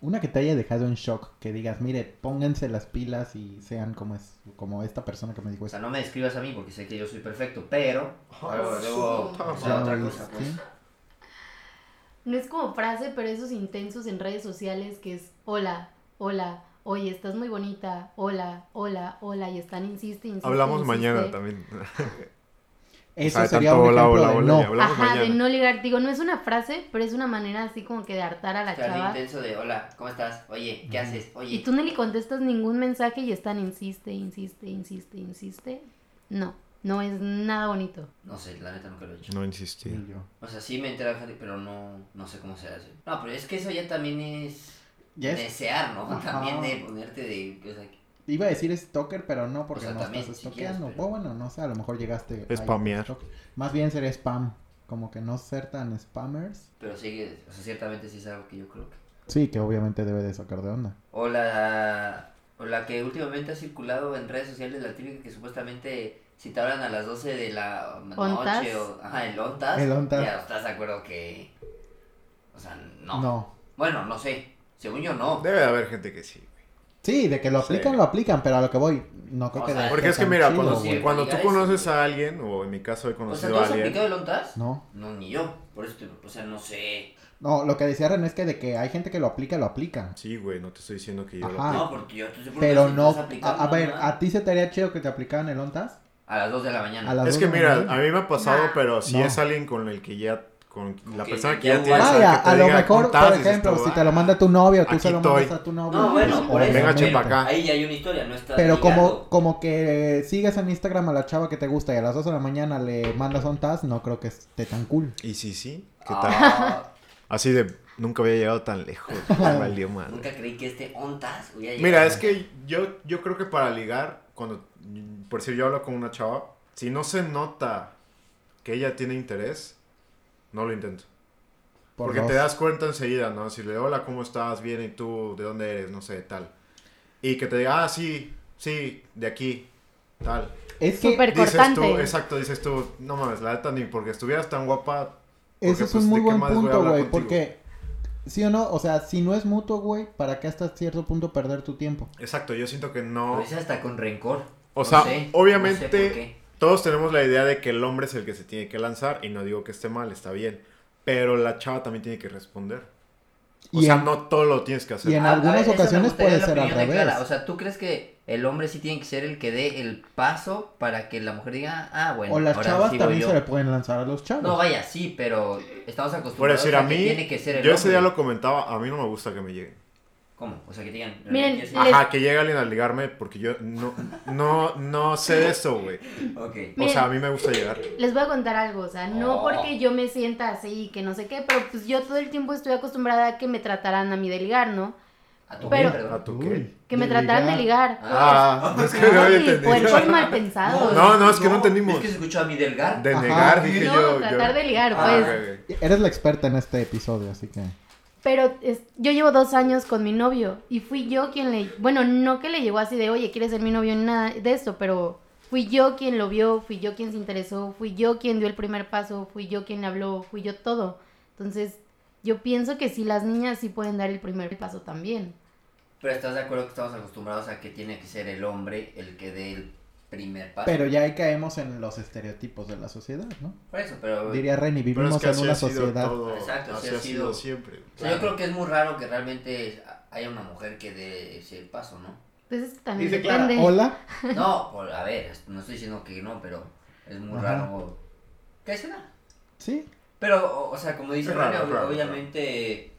S2: Una que te haya dejado en shock, que digas, mire, pónganse las pilas y sean como es, como esta persona que me dijo
S3: O sea,
S2: eso.
S3: no me describas a mí porque sé que yo soy perfecto, pero... pero
S1: su
S3: luego,
S1: puta
S3: o sea, otra
S2: madre.
S3: cosa, pues.
S2: Sí.
S4: No es como frase, pero esos intensos en redes sociales que es hola, hola, oye, estás muy bonita, hola, hola, hola, y están insiste, insiste.
S1: Hablamos
S4: insiste.
S1: mañana también.
S2: Eso
S1: O sea,
S2: sería
S1: tanto
S2: un
S1: hola,
S2: ejemplo
S1: hola,
S2: de
S1: hola,
S2: no.
S1: y hablamos
S4: Ajá, de
S1: mañana.
S4: no ligar, digo, no es una frase, pero es una manera así como que de hartar a la
S3: O sea, el
S4: chava.
S3: intenso de, hola, ¿cómo estás? Oye, ¿qué
S2: Ujú.
S3: haces? Oye,
S4: Y tú no le contestas ningún mensaje y están insiste, insiste, insiste, insiste. No, no es nada bonito.
S3: no sé, la neta nunca lo he hecho.
S1: No insistí.
S2: Y yo,
S3: O sea, sí me entera gente, pero no, no sé cómo se hace. No, pero es que eso ya también es
S2: Ya es-
S3: desear, ¿no?
S2: Ajá.
S3: También de ponerte de... O sea,
S2: Iba a decir stalker, pero no, porque
S3: O sea,
S2: no
S3: también,
S2: estás
S3: si quieres,
S2: stalkeando.
S3: pero-
S2: O bueno, no sé, a lo mejor llegaste. ahí
S1: Spamear.
S2: con stalker. Más bien ser spam. Como que no ser tan spammers.
S3: pero sí, que- o sea, ciertamente sí es algo que yo creo que...
S2: Sí, que obviamente debe de sacar de onda.
S3: O la, o la que últimamente ha circulado en redes sociales, la típica que supuestamente si te hablan a las 12 de la
S4: ¿Ontas?
S3: noche o ajá, el ontas,
S2: El ontas.
S3: ya estás de acuerdo que... O sea, no.
S2: No.
S3: Bueno, no sé. Según yo, no.
S1: Debe de haber gente que sí.
S2: Sí, de que lo
S1: Sí.
S2: aplican, lo aplican, pero a lo que voy, no creo
S3: O
S2: que.
S3: sea,
S2: de-
S1: Porque es que
S2: tan
S1: mira,
S2: chido,
S1: cuando,
S2: güey.
S3: sí-
S1: cuando
S3: Diga
S1: tú
S3: eso,
S1: conoces
S3: güey.
S1: a alguien, o en mi caso he
S3: O sea,
S1: conocido
S3: ¿tú
S1: a
S3: has aplicado
S1: alguien,
S3: el ontas?
S2: No,
S3: No, ni yo. Por eso, te- o sea, no sé.
S2: no, lo que decía René es que de que hay gente que lo aplica, lo aplica.
S1: sí, güey, no te estoy diciendo que yo lo
S2: Ajá. Ah.
S1: aplique.
S3: no, porque yo estoy seguro
S2: Pero
S3: que si
S2: no,
S3: estás aplicando,
S2: a, a ver,
S3: ¿no?
S2: ¿a ti se te haría chido que te aplicaran el ONTAS?
S3: A las 2 de la mañana.
S2: A las
S1: Es
S2: dos
S1: que
S2: de la
S1: mira,
S2: mañana.
S1: a mí me ha pasado,
S4: Nah.
S1: pero si
S2: No.
S1: es alguien con el que ya, con la
S3: que
S1: persona que
S3: ya
S1: ya
S3: hubo
S1: tienes,
S3: algo.
S1: al que
S2: Vaya,
S1: te
S2: a lo
S1: diga,
S2: mejor,
S1: "Contas",
S2: por
S1: dices
S2: ejemplo,
S1: tú,
S2: si
S1: "Ah".
S2: te lo manda tu novio, tú
S1: aquí
S2: se lo mandas
S1: estoy.
S2: a tu novio.
S3: No, bueno,
S2: pues,
S3: por eso.
S1: Venga,
S2: obviamente.
S1: chepa acá.
S3: Ah, Ahí ya hay una historia, no estás
S2: Pero como,
S3: ligando.
S2: como que eh, sigues en Instagram a la chava que te gusta y a las 2 de la mañana le mandas ONTAS, no creo que esté tan cool.
S1: Y sí, sí, ¿qué tal?
S3: Ah,
S1: Así de, nunca había llegado tan
S2: <laughs>
S1: lejos, me valió madre.
S3: Nunca creí que este ontas hubiera llegado.
S1: Mira, es que yo, yo creo que para ligar, cuando, por si yo hablo con una chava, si no se nota que ella tiene interés, no lo intento.
S2: Por
S1: Porque
S2: dos.
S1: te das cuenta enseguida, ¿no? Si le hola, ¿cómo estás? Bien, ¿y tú? ¿De dónde eres? No sé, tal. Y que te diga, ah, sí, sí, de aquí, tal.
S2: Es que
S4: Súper
S1: Dices tú,
S4: cortante.
S1: exacto, dices tú, no mames, la neta ni porque estuvieras tan guapa. porque,
S2: ese es
S1: pues,
S2: un muy
S1: ¿de qué
S2: buen
S1: más voy a
S2: punto,
S1: hablar
S2: güey.
S1: contigo?
S2: Porque, sí o no, o sea, si no es mutuo, güey, ¿para qué hasta cierto punto perder tu tiempo?
S1: Exacto, yo siento que
S3: A
S1: no.
S3: veces hasta con rencor.
S1: O
S3: No
S1: sea,
S3: sé,
S1: obviamente
S3: no sé por qué.
S1: Todos tenemos la idea de que el hombre es el que se tiene que lanzar y no digo que esté mal, está bien. Pero la chava también tiene que responder. O
S2: Y
S1: sea,
S2: en-
S1: no todo lo tienes que hacer.
S2: y en-
S3: Ah,
S2: algunas
S3: ah, esa me
S2: ocasiones
S3: gustaría
S2: puede
S3: la
S2: ser al
S3: opinión de
S2: revés.
S3: Clara. O sea, ¿tú crees que el hombre sí tiene que ser el que dé el paso para que la mujer diga, ah, bueno,
S2: o las
S3: ahora
S2: chavas
S3: sí voy
S2: también
S3: yo?
S2: se le pueden lanzar a los chavos.
S3: No, vaya, sí, pero estamos
S1: Por
S3: acostumbrados
S1: decir, a
S3: que
S1: mí,
S3: tiene que ser el
S1: yo ese día
S3: hombre.
S1: lo comentaba, a mí no me gusta que me lleguen.
S3: ¿Cómo? O sea, que digan...
S4: Miren,
S3: ¿quieres ir?
S4: Les-
S1: Ajá, que llegue alguien a ligarme porque yo no, no, no sé eso, güey.
S4: eh,
S3: Ok.
S1: O
S4: Miren. Oh.
S1: sea, a mí me gusta llegar.
S4: Les voy a contar algo, o sea, no
S3: Oh.
S4: porque yo me sienta así, que no sé qué, pero pues yo todo el tiempo estoy acostumbrada a que me trataran a mí de ligar, ¿no?
S3: A tu
S4: Pero-
S3: mujer,
S1: ¿A
S3: perdón.
S1: tu
S2: Uy,
S1: qué?
S4: Que me trataran de ligar. pues.
S1: Ah, no es que no había
S4: Ay, pues, puerco es
S1: entendido.
S4: mal pensado.
S1: No, no, es que no entendimos.
S3: Es que se escuchó a mí delgar.
S1: De
S2: Ajá.
S1: negar, dije
S4: No,
S1: yo.
S4: tratar
S1: yo-
S4: de ligar,
S1: Ah,
S4: pues.
S1: ok, ok.
S2: Eres la experta en este episodio, así que.
S4: Pero es- yo llevo dos años con mi novio y fui yo quien le... Bueno, no que le llegó así de, oye, ¿quieres ser mi novio? ni Nada de esto, pero fui yo quien lo vio, fui yo quien se interesó, fui yo quien dio el primer paso, fui yo quien le habló, fui yo todo. Entonces, yo pienso que sí, las niñas sí pueden dar el primer paso también.
S3: Pero estás de acuerdo que estamos acostumbrados a que tiene que ser el hombre el que dé el primer paso.
S2: Pero ya ahí caemos en los estereotipos de la sociedad, ¿no?
S3: Por eso, pero.
S2: Diría Reni,
S1: Pero es
S2: vivimos
S1: que
S2: en
S1: así
S2: una
S1: ha sido
S2: sociedad.
S1: todo.
S3: Exacto,
S1: Así
S3: así ha
S1: ha sido
S3: sido.
S1: siempre.
S3: o sea, yo creo que es muy raro que realmente haya una mujer que dé ese paso, ¿no?
S4: Entonces, también
S1: Dice Clara,
S4: depende.
S2: Hola,
S3: No, por- a ver, no estoy diciendo que no, pero es muy
S2: Ajá.
S3: raro que se da.
S2: sí.
S3: Pero, o- o sea, como dice
S1: Es raro,
S3: Rania,
S1: es raro,
S3: obviamente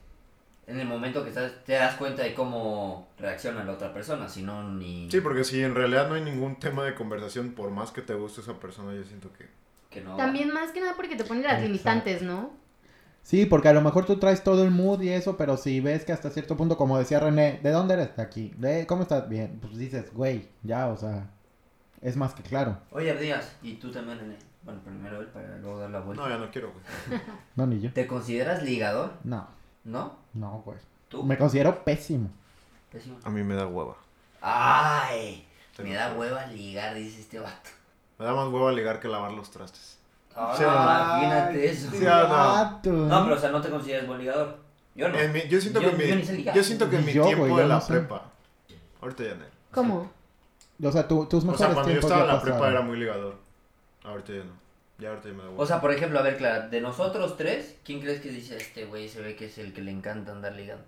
S3: en el momento que estás, te das cuenta de cómo reacciona la otra persona, si no ni
S1: Sí, porque si en realidad no hay ningún tema de conversación, por más que te guste esa persona, yo siento que...
S3: que no.
S4: También más que nada porque te ponen las
S2: Exacto.
S4: limitantes, ¿no?
S2: Sí, porque a lo mejor tú traes todo el mood y eso, pero si ves que hasta cierto punto, como decía René, ¿de dónde eres? De aquí. ¿De ¿Cómo estás? Bien. Pues dices, güey, ya, o sea, es más que claro.
S3: Oye, Díaz, y tú también, René. Bueno, primero él para luego dar la vuelta.
S1: No, ya no quiero, güey.
S2: No, ni yo.
S3: ¿Te consideras ligador?
S2: No,
S3: ¿No?
S2: no, güey.
S3: ¿Tú?
S2: Me considero pésimo.
S3: Pésimo.
S1: A mí me da hueva.
S3: Ay,
S1: Te
S3: me
S1: lo
S3: da
S1: juro.
S3: hueva ligar, dice este vato.
S1: Me da más hueva ligar que lavar los trastes.
S3: Ay,
S1: Sí.
S3: Ah, imagínate eso.
S1: Sí, ah,
S2: no.
S3: No, pero o sea, no te consideras buen ligador. Yo no.
S1: En mi- yo siento
S3: Yo-
S1: que en mi,
S3: yo ni sé ligar.
S1: yo siento que en
S2: Ni
S1: mi
S2: yo,
S1: tiempo
S2: güey,
S1: de
S2: yo
S1: la
S2: no sé.
S1: prepa. Ahorita ya no.
S4: ¿Cómo?
S2: O sea, tú- tus
S1: O
S2: mejores
S1: sea, cuando yo
S2: tiempos
S1: estaba en
S2: ya
S1: la prepa
S2: pasaron.
S1: era muy ligador. Ahorita ya no. Ya ahorita ya me da hueva.
S3: O sea, por ejemplo, a ver, Clara, de nosotros tres, ¿quién crees que dice este güey? Se ve que es el que le encanta andar ligando.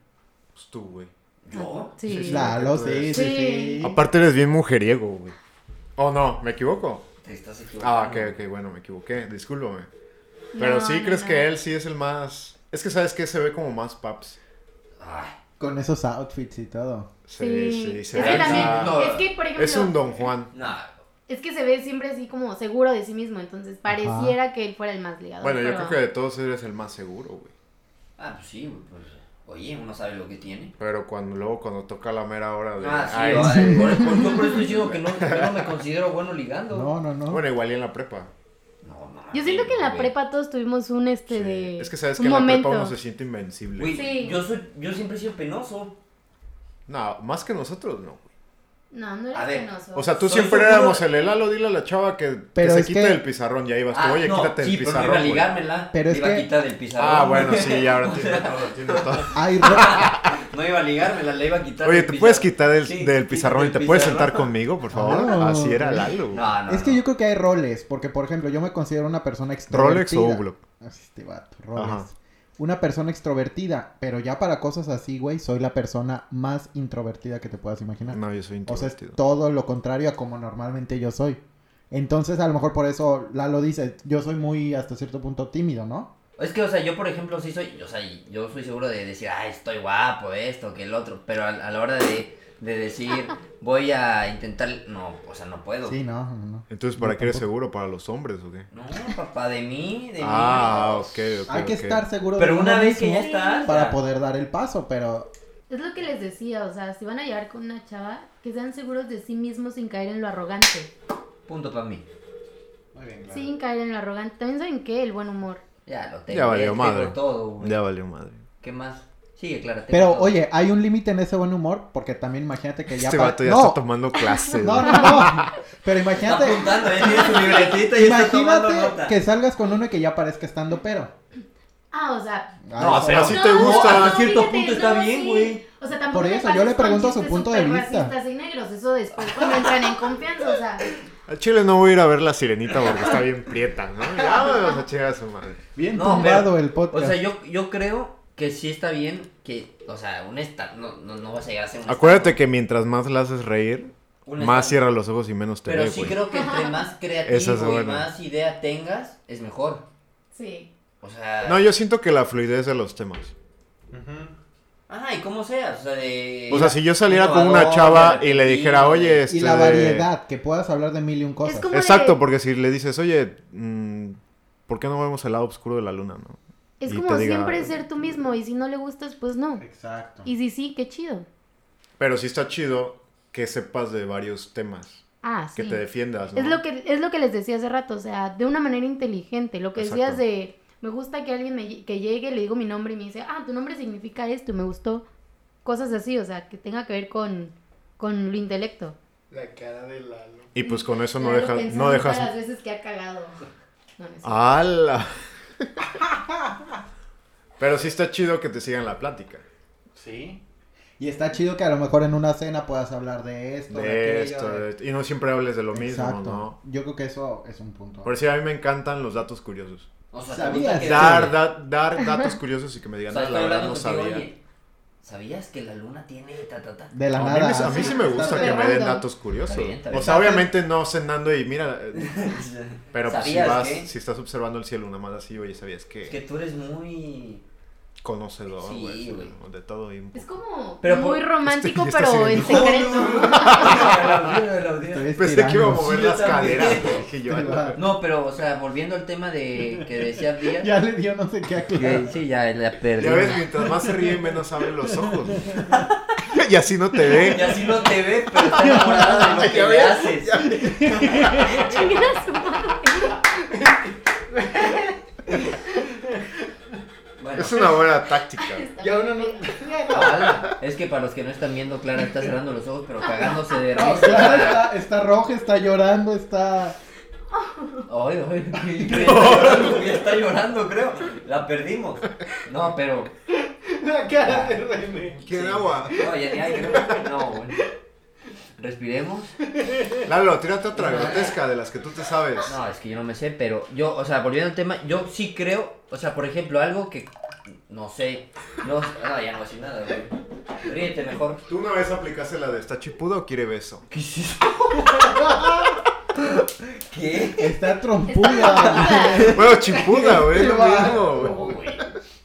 S1: Pues tú, güey.
S3: ¿Yo?
S4: Sí.
S1: Sí, sí.
S2: Lalo, sí, sí,
S4: Sí.
S2: sí.
S1: Aparte eres bien mujeriego, güey. Oh, no, ¿me equivoco?
S3: Te estás equivocando.
S1: Ah, ok, ok, bueno, me equivoqué. Discúlpame. Pero
S4: No,
S1: sí
S4: no,
S1: crees
S4: no.
S1: que él sí es el más... Es que sabes que se ve como más paps.
S3: Ay,
S2: Con esos outfits y todo.
S1: Sí,
S4: Sí,
S1: sí, se
S4: es
S1: ve
S4: que
S1: acá.
S4: también,
S3: No.
S4: es que por ejemplo,
S1: Es un Don Juan.
S3: no.
S4: Es que se ve siempre así como seguro de sí mismo, entonces pareciera que él fuera el más ligado.
S1: Bueno, yo creo que de todos eres el más seguro, güey.
S3: Ah, pues sí, güey, pues. Oye, uno sabe lo que tiene.
S1: Pero cuando luego cuando toca la mera hora de...
S3: Ah, sí,
S1: Ay,
S3: va,
S1: <laughs>
S3: eh, Por, por- yo por eso digo que no, que no me considero bueno ligando.
S2: No, no, no.
S1: Bueno, igual y en la prepa.
S3: No, no,
S4: Yo siento que en la
S3: güey.
S4: prepa todos tuvimos un este
S1: Sí.
S4: de
S1: Es que sabes
S4: un
S1: que en la
S4: momento.
S1: prepa uno se siente invencible.
S3: Güey,
S4: Sí.
S3: yo, soy, yo siempre he sido penoso.
S1: No, más que nosotros no. güey.
S4: No, no
S3: A
S4: era
S3: ver,
S4: penoso.
S1: O sea, tú
S3: Soy
S1: siempre
S3: seguro-
S1: éramos el helalo, dile a la chava que, que
S2: Pero
S1: se
S2: es
S1: quite
S2: que-
S1: del pizarrón. Ya ibas tú, oye,
S3: Ah, no,
S1: quítate
S3: sí,
S1: el
S3: pero no iba a
S1: pizarrón. güey.
S3: ligármela.
S2: Pero
S3: me
S2: es
S3: iba a
S2: que-
S3: quitar del pizarrón.
S1: Ah, bueno, sí, ya
S3: <laughs>
S1: ahora tiene todo, tiene todo.
S2: Hay, ro-
S3: No iba a ligármela, la iba a quitar.
S1: Oye,
S3: del
S1: ¿te
S3: pizarrón.
S1: puedes quitar del,
S3: Sí,
S1: del pizarrón y te puedes
S3: pizarrón.
S1: sentar conmigo, por favor?
S2: No.
S1: Así era Lalo. güey.
S3: No, no.
S2: es que
S3: no.
S2: yo creo que hay roles, porque por ejemplo, yo me considero una persona extrovertida.
S1: ¿Rolex o Hublot?
S2: Así Este vato, roles.
S1: Ajá.
S2: Una persona extrovertida, pero ya para cosas así, güey, soy la persona más introvertida que te puedas imaginar.
S1: No, yo soy
S2: o sea, es
S1: introvertido.
S2: todo lo contrario a como normalmente yo soy. Entonces, a lo mejor por eso Lalo dice, yo soy muy hasta cierto punto tímido, ¿no?
S3: Es que, o sea, yo por ejemplo sí soy, o sea, yo soy seguro de decir, ay, estoy guapo, esto, que el otro, pero a, a la hora de,
S2: <laughs>
S3: de decir, voy a intentar, no, o sea, no puedo.
S2: Sí, no, no, no.
S1: Entonces, ¿para qué eres seguro? ¿Para los hombres o qué?
S3: No, papá, de mí, de
S1: Ah,
S3: mí.
S1: ok, ok.
S2: Hay que
S1: ok.
S2: estar seguro de
S3: Pero
S2: uno
S3: una vez que
S2: mismo
S3: ya estás,
S2: para
S3: ya.
S2: poder dar el paso, pero
S4: Es lo que les decía, o sea, si van a llegar con una chava, que sean seguros de sí mismos sin caer en lo arrogante.
S3: Punto para mí.
S2: Muy bien, claro.
S4: Sin caer en lo arrogante. También saben qué, el buen humor.
S3: Ya lo tengo.
S1: Ya valió
S3: tengo
S1: madre.
S3: todo, güey.
S1: Ya valió madre.
S3: ¿Qué más? Sigue, Clara. tengo
S2: Pero
S3: todo.
S2: oye, hay un límite en ese buen humor, porque también imagínate que ya...
S1: Este
S2: pa-
S1: vato ya
S2: no,
S1: está tomando clases.
S2: <laughs> no,
S1: güey.
S2: no, no. Pero
S3: Está
S2: imagínate,
S3: apuntando, eh, tiene su libretita y está tomando
S2: imagínate
S3: nota.
S2: que salgas con uno y que ya parezca estando pero.
S4: Ah, o sea,
S1: No,
S2: eso-
S1: pero sí te gusta.
S3: A cierto
S4: fíjate,
S3: punto está bien, güey.
S4: O sea, tampoco
S2: Por
S4: te
S2: eso, yo le
S4: pases con
S2: pregunto su
S4: chistes
S2: punto de
S4: súper
S2: vista.
S4: racistas y negros, eso después cuando entran en confianza, o sea,
S1: Al Chile no voy a ir a ver la sirenita porque está bien prieta, ¿no? Ya vamos a chingar a su madre.
S2: Bien
S3: No,
S2: tumbado
S3: pero-
S2: el
S3: O
S2: podcast.
S3: sea, yo, yo creo que sí está bien que, o sea, un esta no, no, no vas a llegar a ser un
S1: Acuérdate que mientras más la haces reír,
S3: Un
S1: más
S3: stand-
S1: cierra los ojos y menos te
S3: Pero
S1: ve,
S3: sí
S1: güey.
S3: creo que entre más
S1: Esa es
S3: creativo y
S1: buena.
S3: más idea tengas, es mejor.
S4: sí.
S3: O sea...
S1: No, yo siento que la fluidez de los temas.
S3: Ajá, y como seas, o sea, de...
S1: O sea, si yo saliera con
S3: innovador,
S1: una chava
S3: de
S1: y le dijera,
S3: repente,
S1: oye, este...
S2: Y la variedad, que puedas hablar de mil y un cosas.
S4: Es como-
S1: Exacto,
S4: de-
S1: porque si le dices, oye, mm, ¿por qué no vemos el lado oscuro de la luna, no?
S4: Es
S1: Y
S4: como
S1: te diga- "Pues,
S4: siempre ser tú mismo y si no le gustas, pues no.
S2: Exacto.
S4: Y si sí, qué chido.
S1: Pero sí está chido que sepas de varios temas,
S4: Ah, sí.
S1: que te defiendas, ¿no?
S4: Es lo que es lo que les decía hace rato, o sea, de una manera inteligente, lo que decías
S1: Exacto.
S4: de me gusta que alguien me lle- que llegue, le digo mi nombre y me dice, "Ah, tu nombre significa esto", y me gustó. Cosas así, o sea, que tenga que ver con con lo intelecto.
S5: La cara de Lalo.
S1: Y pues con eso no
S4: Claro,
S1: dejas...
S4: pensando
S1: No
S4: todas las
S1: dejas... Ah.
S4: veces que ha cagado. No, no es cierto.
S1: ¡Hala! <laughs> Pero sí está chido que te sigan la plática.
S5: Sí.
S2: Y está chido que a lo mejor en una cena puedas hablar de esto, de,
S1: De
S2: aquello,
S1: esto,
S2: de-
S1: de- y no siempre hables de lo mismo,
S2: eh. Exacto.
S1: ¿no?
S2: Yo creo que eso es un punto.
S1: Por decir, a mí me encantan los datos curiosos.
S3: O sea,
S2: Sabías.
S3: ¿sabías? Que...
S1: Dar, da- dar datos curiosos y que me
S3: o
S1: digan,
S3: sea,
S1: "No,
S3: estoy
S1: la verdad
S3: hablando
S1: no
S3: contigo,
S1: sabía.
S3: oye, ¿sabías que la luna tiene ta, ta, ta?
S2: De la
S1: A mí,
S2: nada.
S1: me- a mí sí me gusta que me den
S4: Random.
S1: datos curiosos.
S3: Está bien, está bien.
S1: O sea, obviamente no cenando y mira, eh, pero pues, si
S3: ¿Sabías
S1: vas,
S3: qué?
S1: si estás observando el cielo, una más así, oye, sabías
S3: <laughs> Es que
S1: que
S3: tú eres muy...
S1: conocedor,
S3: Sí,
S1: güey,
S3: güey.
S1: ¿no? de todo y un
S4: Es
S1: poco.
S4: como
S3: Pero
S4: muy
S3: por-
S4: romántico,
S1: Este- y está
S4: pero en
S1: haciendo-
S3: <laughs>
S1: <laughs>
S4: secreto. <laughs>
S2: Estoy
S1: Pensé que iba a
S2: estirando.
S1: mover
S3: Sí, yo
S1: las
S3: también.
S1: caderas, güey, dije yo.
S2: Ahí va.
S3: No, pero, o sea, volviendo al tema de que
S1: <laughs>
S3: decía
S2: <laughs>
S3: Díaz.
S2: Ya le dio no sé qué a Clara.
S3: que- Sí, ya la perdí.
S1: Ya ves, mientras más se ríe, menos abre los ojos. güey. y así no te
S3: Y
S1: ve.
S3: así no te ve, pero está enamorada de lo
S1: <laughs>
S3: que
S1: Ya
S3: le
S1: ves,
S3: haces.
S4: Chingar a su madre.
S3: Bueno,
S1: Es una buena táctica.
S5: Ya uno no.
S3: ala, es que para los que no están viendo, Clara está cerrando los ojos, pero cagándose de
S2: No,
S3: risa.
S2: Clara está, está roja, está llorando, está...
S3: Ay, ay, qué increíble. Está llorando, ya <laughs> está llorando, creo. La perdimos. No, pero.
S5: La cara de René.
S1: ¿Quién agua?
S3: No, ya ni hay, creo. No, bueno. Respiremos.
S1: Lalo, tírate otra grotesca de las que tú te sabes.
S3: No, es que yo no me sé, pero yo, o sea, volviendo al tema, yo sí creo, o sea, por ejemplo, algo que. No sé. No, ah, ya no voy a decir nada, güey. Ríete mejor.
S1: ¿Tú una vez aplicaste la de está chipudo o quiere beso?
S3: ¿Qué es eso? <laughs> ¿Qué?
S2: Está trompuda.
S1: Bueno, chipuda, güey, es lo
S2: Qué
S1: mismo, güey.
S3: No, Oh, güey.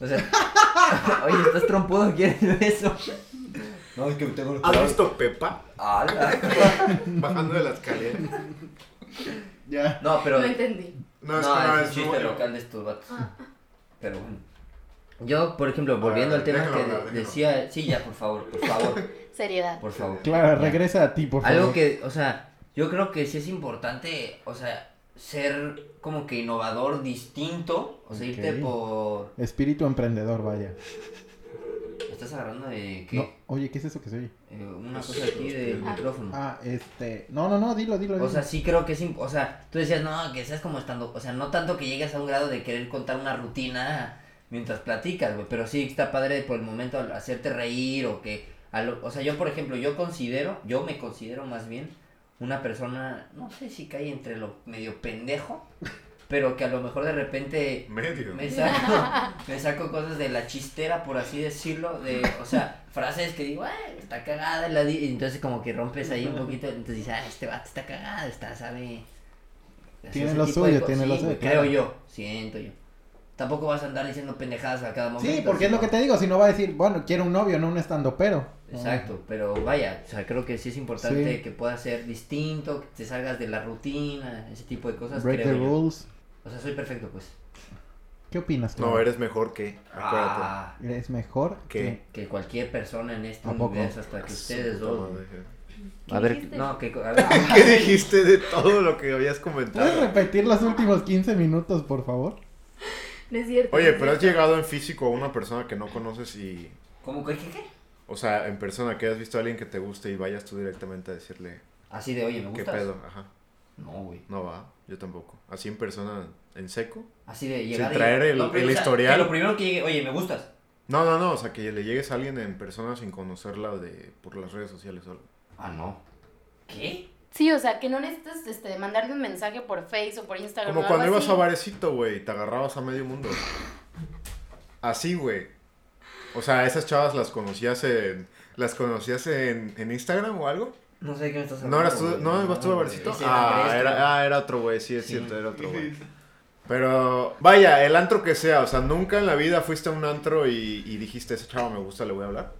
S3: O sea, <laughs> oye, estás trompudo, ¿quieres eso? No, es que me tengo Ah,
S1: ¿Has visto Pepa
S3: <laughs>
S1: bajando de la escalera?
S2: <laughs> ya.
S3: No, pero.
S4: No entendí.
S1: No, es
S3: no,
S1: que una
S3: es
S1: vez
S3: un chiste
S1: no-
S3: local de estos vatos. Pero bueno. Yo, por ejemplo, volviendo
S1: ver,
S3: al tema
S1: déjalo
S3: que
S1: hablar, déjalo.
S3: decía. Sí, ya, por favor, por favor,
S4: Seriedad.
S3: por favor.
S2: Clara,
S3: Ya.
S2: regresa a ti, por favor.
S3: Algo que, o sea, yo creo que sí es importante, o sea, ser como que innovador, distinto, o sea, irte
S2: Ok.
S3: por...
S2: Espíritu emprendedor, vaya.
S3: ¿Me estás agarrando de qué?
S2: No, oye, ¿qué es eso que se oye?
S3: Eh, una cosa aquí del
S4: Ah.
S3: micrófono.
S2: Ah, este... No, no, no, dilo, dilo.
S3: Mm. O
S2: dilo.
S3: sea, sí creo que es... imp- O sea, tú decías, no, que seas como estando... O sea, no tanto que llegues a un grado de querer contar una rutina mientras platicas, güey. Pero sí está padre por el momento al hacerte reír o que... a lo- o sea, yo, por ejemplo, yo considero... Yo me considero más bien una persona... No sé si cae entre lo medio pendejo, pero que a lo mejor de repente...
S1: Medio.
S3: Me saco, me saco cosas de la chistera, por así decirlo, de, o sea, frases que digo, "Ay, está cagada, y la di- y entonces como que rompes ahí un poquito, entonces dices, ah, este vato está cagado, está, sabe. Hace
S2: Tiene
S3: ese
S2: lo
S3: tipo de
S2: suyo,
S3: co-
S2: tiene lo
S3: sí,
S2: suyo,
S3: güey, Creo
S2: claro.
S3: yo, siento yo. Tampoco vas a andar diciendo pendejadas a cada momento.
S2: Sí, porque es lo que te digo, si no va a decir, bueno, quiero un novio, no un estando pero.
S3: Exacto, pero vaya, o sea, creo que sí es importante
S2: Sí.
S3: que puedas ser distinto, que te salgas de la rutina, ese tipo de cosas,
S2: Ah, Break
S3: creo
S2: the
S3: yo.
S2: rules.
S3: O sea, soy perfecto, pues.
S2: ¿Qué opinas tú?
S1: No, eres mejor que. Acuérdate.
S3: Ah,
S2: Eres mejor
S1: ¿Qué?
S3: que cualquier persona en este
S2: ¿A poco?
S3: universo, hasta que ustedes
S1: Puta
S3: dos. Ah,
S1: madre.
S4: ¿Qué
S3: A ver,
S4: dijiste?
S3: no, que. a ver,
S1: ¿Qué dijiste de todo lo que habías
S2: ¿Puedes
S1: comentado?
S2: repetir los últimos 15 minutos,
S1: <laughs>
S2: por favor?
S4: No es cierto.
S1: Oye,
S4: no es
S1: pero has
S4: cierto.
S1: llegado en físico a una persona que no conoces y.
S3: ¿Cómo que qué? qué?
S1: O sea, en persona, que has visto a alguien que te guste y vayas tú directamente a decirle
S3: Así de, oye, me
S1: qué
S3: gustas.
S1: pedo. Ajá.
S3: No, güey.
S1: No va, yo tampoco. Así en persona, en seco.
S3: Así de llegar. y-
S1: traer el-
S3: pero,
S1: el
S3: o sea,
S1: historial.
S3: que lo primero que llegue, oye, me gustas.
S1: No, no, no, o sea, que le llegues a alguien en persona sin conocerla de por las redes sociales solo.
S3: Ah, no. ¿Qué?
S4: Sí, o sea, que no necesitas este, mandarle un mensaje por Face o por Instagram.
S1: Como
S4: o
S1: cuando
S4: algo
S1: ibas
S4: así.
S1: a barecito, güey, y te agarrabas a medio mundo. Así, güey. O sea, esas chavas las conocías en las conocías en, en Instagram o algo?
S3: No sé de qué me estás hablando.
S1: No eras tú,
S3: güey.
S1: no ibas tú a barecito.
S3: Ese era
S1: Ah,
S3: Andrés, güey.
S1: era, ah, era otro güey, sí es
S3: Sí.
S1: cierto, era otro
S2: <laughs>
S1: güey. Pero vaya, el antro que sea, o sea, nunca en la vida fuiste a un antro y, y dijiste, ese chavo me gusta, le voy a hablar.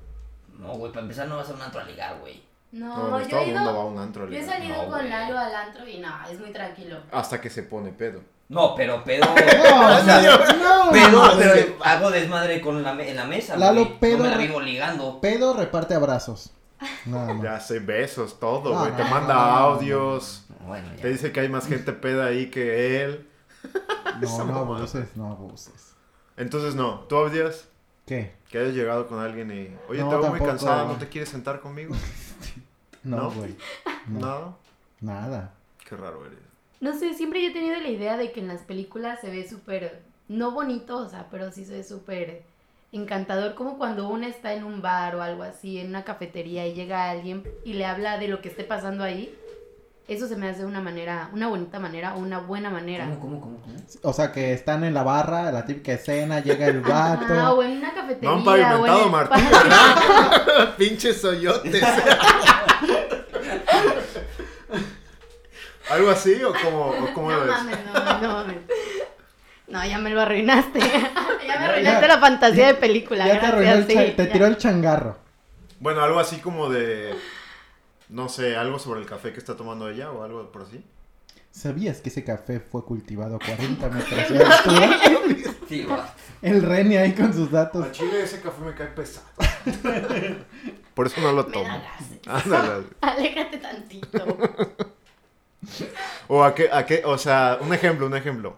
S3: No, güey, para empezar no vas a un antro a ligar, güey.
S1: No,
S4: No,
S1: pues
S4: yo
S1: todo
S4: he
S1: el
S4: ido.
S1: mundo va a un antro.
S4: Yo he
S1: literal.
S4: salido
S3: No,
S4: con
S3: güey.
S4: Lalo al antro y no, es muy tranquilo.
S1: Hasta que se pone pedo.
S3: No,
S1: <laughs>
S3: pero pedo.
S2: No,
S3: o sea,
S2: no,
S3: pedo,
S2: no.
S3: pero hago desmadre con la, me- en la mesa.
S2: Lalo,
S3: güey.
S2: pedo-
S3: No me la vivo ligando.
S2: Pedo reparte abrazos. Nada más.
S1: Ya sé, besos, todo,
S2: No,
S1: güey.
S2: no,
S1: te
S2: Ah, no,
S1: manda
S2: no, no, no, no.
S1: audios.
S3: Bueno, ya.
S1: Te dice que hay más gente peda ahí que él.
S2: No, no
S1: mamada.
S2: abuses, no abuses.
S1: Entonces, no. ¿Tú habrías
S2: ¿Qué?
S1: que hayas llegado con alguien y. Oye,
S2: No,
S1: te veo
S2: tampoco.
S1: muy cansada, ¿no te quieres sentar conmigo?
S2: No,
S1: No.
S2: güey.
S1: No.
S2: <laughs> No, Nada.
S1: Qué raro eres.
S4: No sé, siempre yo he tenido la idea de que en las películas se ve súper, no bonito, o sea, pero sí se ve súper encantador, como cuando uno está en un bar o algo así, en una cafetería y llega alguien y le habla de lo que esté pasando ahí. Eso se me hace una manera, una bonita manera o una buena manera.
S3: ¿Cómo, cómo, cómo, cómo?
S2: O sea, que están en la barra, la típica escena, llega el vato.
S4: <laughs> Ah, o en una cafetería.
S1: No han pavimentado,
S4: o en el <laughs>
S1: Martín,
S4: parque.
S1: Ah, Pinches soyotes. <laughs> ¿Algo así o como, o cómo
S4: No
S1: lo ves?
S4: mames, no mames, no mames. No, ya me
S1: <laughs>
S4: lo arruinaste. ya me
S2: Ya,
S4: arruinaste
S2: ya.
S4: la fantasía de película.
S2: ya te arruinó el
S4: gracias,
S2: cha-
S4: sí,
S2: te
S4: ya.
S2: tiró el changarro.
S1: Bueno, algo así como de. No sé, algo sobre el café que está tomando ella o algo por así.
S2: ¿Sabías que ese café fue cultivado a 40 metros de altura?
S3: Sí, güey.
S2: El Reni ahí con sus datos.
S1: Al chile ese café me cae pesado. Por eso no lo
S4: Me da
S1: tomo.
S4: gases.
S1: Ándale. <laughs>
S4: Aléjate tantito.
S1: O a qué, a qué, o sea, un ejemplo, un ejemplo.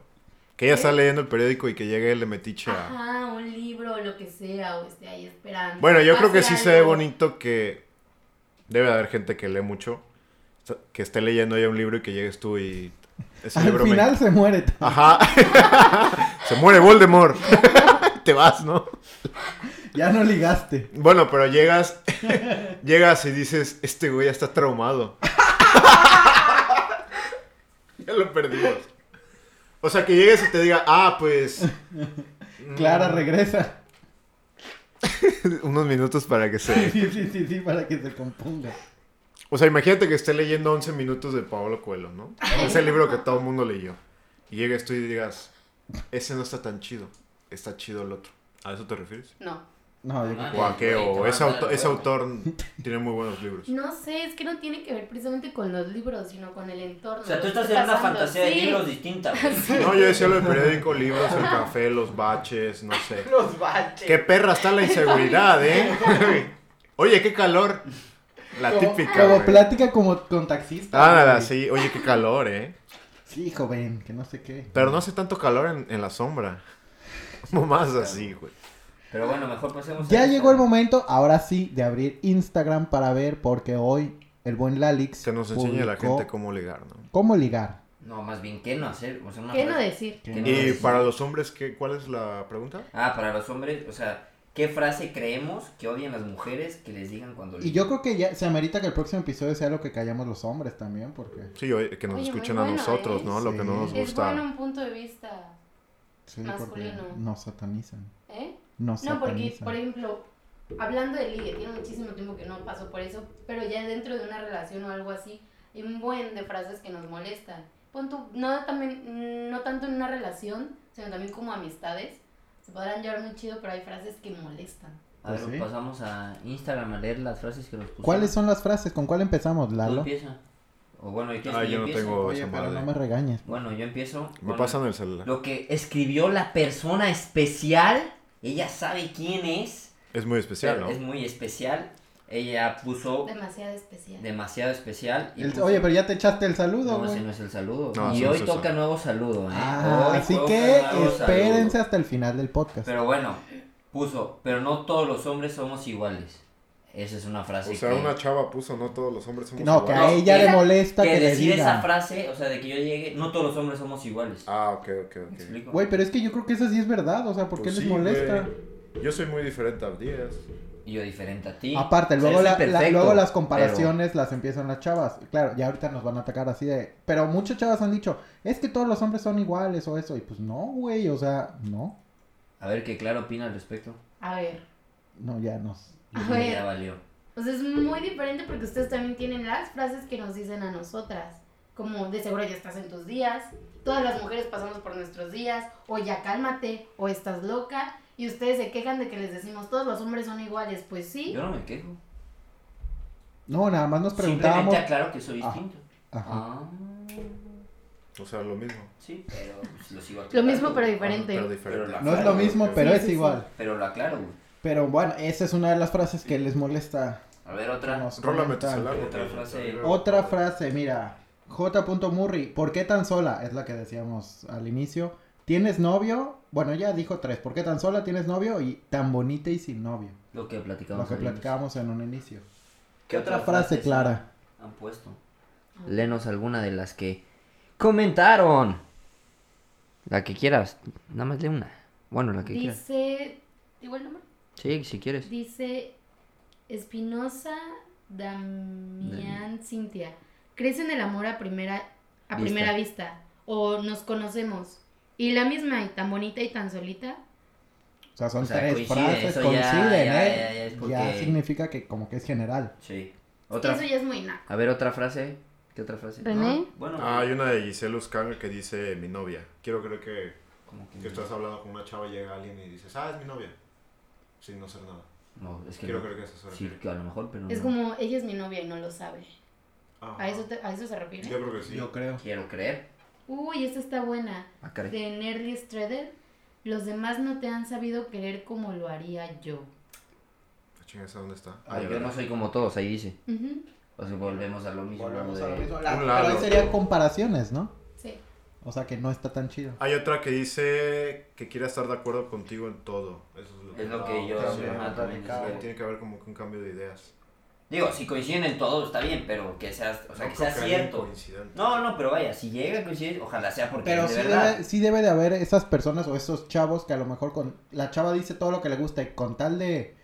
S1: Que ella está leyendo el periódico y que llegue el de metiche a-
S4: Ajá, un libro, lo que sea, o esté ahí esperando.
S1: Bueno, yo creo que
S4: Pase
S1: sí se ve
S4: algo.
S1: bonito que debe haber gente que lee mucho, o sea, que esté leyendo ya un libro y que llegues tú y ese
S2: Al
S1: libro
S2: final se muere.
S1: me... Ajá. <laughs> se muere Voldemort. <laughs> Te vas, ¿no?
S2: Ya no ligaste.
S1: Bueno, pero llegas <laughs> llegas y dices, este güey ya está traumado. <laughs> ya lo perdimos. O sea, que llegues y te diga, "Ah,
S2: <laughs>
S1: pues
S2: Clara
S1: mm,
S2: regresa. <laughs>
S1: unos minutos para que
S2: Sí,
S1: se.
S2: sí, sí, sí, para que se componga.
S1: O sea, imagínate que esté leyendo 11 minutos de Pablo Coelho, ¿no? Ese libro que todo el mundo leyó. Y llegues tú y digas, ese no está tan chido, está chido el otro. ¿A eso te refieres?
S4: No.
S2: No, yo creo
S1: O a qué, o ese, auto- ese autor tiene muy buenos libros.
S4: No sé, es que no tiene que ver precisamente con los libros, sino con el entorno.
S3: O sea, tú
S4: lo que
S3: estás
S4: esté
S3: en una
S4: pasando.
S3: fantasía de
S4: <laughs> Sí.
S3: libros distinta, güey.
S1: No, yo decía lo del periódico, libros, el café, los baches, no sé.
S5: Los baches.
S1: Qué perra está la inseguridad, ¿eh? <laughs> Oye, qué calor. La
S2: Como-
S1: típica.
S2: Como
S1: güey.
S2: plática como con taxista.
S1: Ah,
S2: güey.
S1: sí, oye, qué calor, ¿eh?
S2: Sí, joven, que no sé qué.
S1: Pero no hace tanto calor en, en la sombra. <laughs> No más así, güey.
S3: Pero bueno, mejor pasemos a
S2: Ya
S3: esta.
S2: llegó el momento, ahora sí, de abrir Instagram para ver, porque hoy el buen Lalix.
S1: Que nos enseñe a la
S2: publicó
S1: gente cómo ligar, ¿no?
S2: cómo ligar.
S3: No, más bien, ¿qué no hacer? O sea, una
S4: ¿Qué no
S3: frase-
S4: decir?
S3: ¿Qué no
S1: Y
S3: decir?
S1: para los hombres, ¿qué, ¿cuál es la pregunta?
S3: Ah, para los hombres, o sea, ¿qué frase creemos que odian las mujeres que les digan cuando
S2: Y yo creo que ya se amerita que el próximo episodio sea lo que callamos los hombres también, porque.
S1: Sí, oye, que nos
S4: Oye, muy
S1: escuchen a
S4: bueno,
S1: nosotros,
S4: ¿eh?
S1: ¿no? Lo que no nos
S2: Sí.
S4: Es
S1: gusta.
S4: bueno un punto de vista,
S2: Sí,
S4: Masculino.
S2: porque nos satanizan.
S4: ¿eh?
S2: Nos
S4: No, porque,
S2: satanizan.
S4: por ejemplo, hablando de ligue, tiene muchísimo tiempo que no paso por eso, pero ya dentro de una relación o algo así, hay un buen de frases que nos molestan. Pon tú, no, también, no tanto en una relación, sino también como amistades. Se podrán llevar muy chido, pero hay frases que molestan.
S3: A ver,
S2: Pues sí.
S4: pues,
S3: pasamos a Instagram a leer las frases que nos pusieron.
S2: ¿Cuáles son las frases? ¿Con cuál empezamos,
S3: Tú
S2: Lalo?
S3: empieza. O bueno, ¿quieres
S1: Ah,
S3: que
S1: yo no
S3: empiezo?
S1: tengo-
S2: Oye,
S1: esa
S2: pero
S1: madre.
S2: no me regañes.
S3: Bueno, yo empiezo.
S1: Me
S3: con
S1: pasan el celular.
S3: Lo que escribió la persona especial. Ella sabe quién es.
S1: Es muy especial,
S3: pero
S1: ¿no?
S3: Es muy especial. Ella puso
S4: Demasiado especial.
S3: demasiado especial. y
S2: El-
S3: puso-
S2: oye, pero ya te echaste el saludo,
S3: No,
S2: güey.
S3: ese no es el saludo.
S1: No,
S3: y
S1: ese no
S3: hoy
S1: es el
S3: toca
S1: saludo.
S3: nuevo saludo, ¿eh?
S2: Ah,
S3: Hoy
S2: así
S3: toca
S2: que
S3: nuevo
S2: espérense
S3: saludo.
S2: hasta el final del podcast.
S3: Pero bueno, puso, pero no todos los hombres somos iguales. Esa es una frase
S1: O sea,
S3: que...
S1: una chava puso, no todos los hombres somos
S2: no, que a
S1: iguales.
S3: No,
S2: ella
S3: que-
S2: le molesta
S3: que
S2: que, le
S3: decir esa
S2: digan.
S3: frase, o sea, de que yo llegue, no todos los hombres somos iguales.
S1: Ah, ok, ok,
S3: ¿Me
S1: ok.
S3: explico?
S2: Güey, pero es que yo creo que eso sí es verdad, o sea, ¿por qué
S1: Pues
S2: les
S1: sí,
S2: molesta?
S1: güey. Yo soy muy diferente a Díaz.
S3: Y yo diferente a ti.
S2: Aparte,
S3: O sea,
S2: luego,
S3: yo
S2: la-
S3: soy
S2: la-
S3: perfecto,
S2: luego las
S3: pero-
S2: comparaciones las empiezan las chavas. Claro, ya ahorita nos van a atacar así de... Pero muchas chavas han dicho, es que todos los hombres son iguales o eso. Y pues no, güey, o sea, no.
S3: A ver qué Clara opina al respecto.
S4: A ver.
S2: No, ya nos...
S4: A
S3: Yo creo que
S4: ver.
S3: Ya valió.
S4: O sea, es muy diferente porque ustedes también tienen las frases que nos dicen a nosotras. Como, de seguro ya estás en tus días, todas las mujeres pasamos por nuestros días, o ya cálmate, o estás loca. Y ustedes se quejan de que les decimos, todos los hombres son iguales. Pues sí,
S3: Yo no me quejo.
S2: No, nada más nos preguntábamos...
S3: Simplemente aclaro que soy
S2: Ajá.
S3: distinto.
S2: Ajá.
S3: Ah,
S1: O sea, lo mismo.
S3: sí, pero pues, lo sigo
S4: lo
S3: aclarando.
S4: mismo pero
S3: güey.
S4: diferente.
S1: Pero diferente.
S3: Pero la-
S2: No es lo mismo,
S1: Sí,
S2: pero
S4: sí,
S2: es
S4: sí.
S2: igual.
S3: Pero lo aclaro, güey.
S2: Pero bueno, esa es una de las frases que les molesta.
S3: A ver, otra.
S2: Nos
S1: Rólame tu
S2: comentan.
S1: celular.
S3: Otra
S1: porque-
S3: frase.
S2: Otra frase, mira. J. Murray, ¿por qué tan sola? Es la que decíamos al inicio. ¿Tienes novio? Bueno, ya dijo tres. ¿Por qué tan sola? ¿Tienes novio? Y tan bonita y sin novio.
S3: Lo que platicamos.
S2: Lo que
S3: al inicio.
S2: platicábamos en un inicio.
S3: ¿Qué otra
S2: Frase
S3: frase
S2: clara.
S3: han puesto?
S4: Ah.
S3: Lenos alguna de las que comentaron. La que quieras. Nada más lee una. Bueno, la que quieras.
S4: Dice, digo el nombre,
S3: Sí, si quieres.
S4: dice Espinosa Damián Cintia. ¿Crees en el amor a primera,
S3: Vista.
S4: a primera vista? ¿O nos conocemos? Y la misma, y tan bonita y tan solita.
S2: O sea, son
S3: O sea,
S2: tres
S3: coincide,
S2: frases,
S3: eso ya-
S2: coinciden,
S3: ya-
S2: ¿eh?
S3: ya- ya es porque-
S2: Ya significa que como que es general.
S3: Sí.
S4: Otra.
S3: Otra.
S4: Eso ya es muy naco.
S3: A ver, otra frase. ¿Qué otra frase?
S4: René.
S3: No, bueno,
S1: Ah, hay una de Giselle Uscanga que dice mi novia. Quiero creer que,
S3: como que
S1: que estás hablando con una chava y llega alguien y dices, ah, es mi novia. Sin no ser nada.
S3: No, es que.
S1: Quiero
S3: no.
S1: creer que eso se
S3: Sí,
S1: refiere.
S3: que a lo mejor, pero.
S4: Es
S3: no.
S4: como, ella es mi novia y no lo sabe.
S1: Ah,
S4: ¿A eso, te- a eso se refiere?
S1: Yo creo que sí.
S2: Yo creo.
S3: Quiero creer.
S4: Uy, esta está buena.
S3: Ah, caray.
S4: De Nerly Streder. Los demás no te han sabido querer como lo haría yo.
S1: La chinga, ¿esa dónde está?
S3: Ah,
S1: Ahí,
S3: yo
S1: ¿verdad?
S3: no soy como todos, ahí dice.
S4: Ujú,
S3: O sea, volvemos a lo mismo.
S5: Volvemos
S3: de-
S5: a lo mismo.
S1: Un
S2: Pero
S1: lado.
S2: ahí serían comparaciones, ¿no?
S4: Sí.
S2: O sea, que no está tan chido.
S1: Hay otra que dice que quiere estar de acuerdo contigo en todo. Eso es lo que,
S3: Es lo que yo.
S1: Ah, sí,
S3: ajá,
S1: ¿no?
S3: también
S1: Ah,
S3: decía.
S1: Tiene que haber como que un cambio de ideas.
S3: Digo, si coinciden en todo, está bien, pero que sea, o sea,
S1: No
S3: que
S1: creo
S3: sea
S1: haya
S3: cierto.
S1: coincidente.
S3: No, no, pero vaya, si llega a coincidir, ojalá sea porque
S2: Pero
S3: de
S2: sí
S3: verdad. <laughs>
S2: debe, sí debe de haber esas personas o esos chavos que a lo mejor con la chava dice todo lo que le gusta y con tal de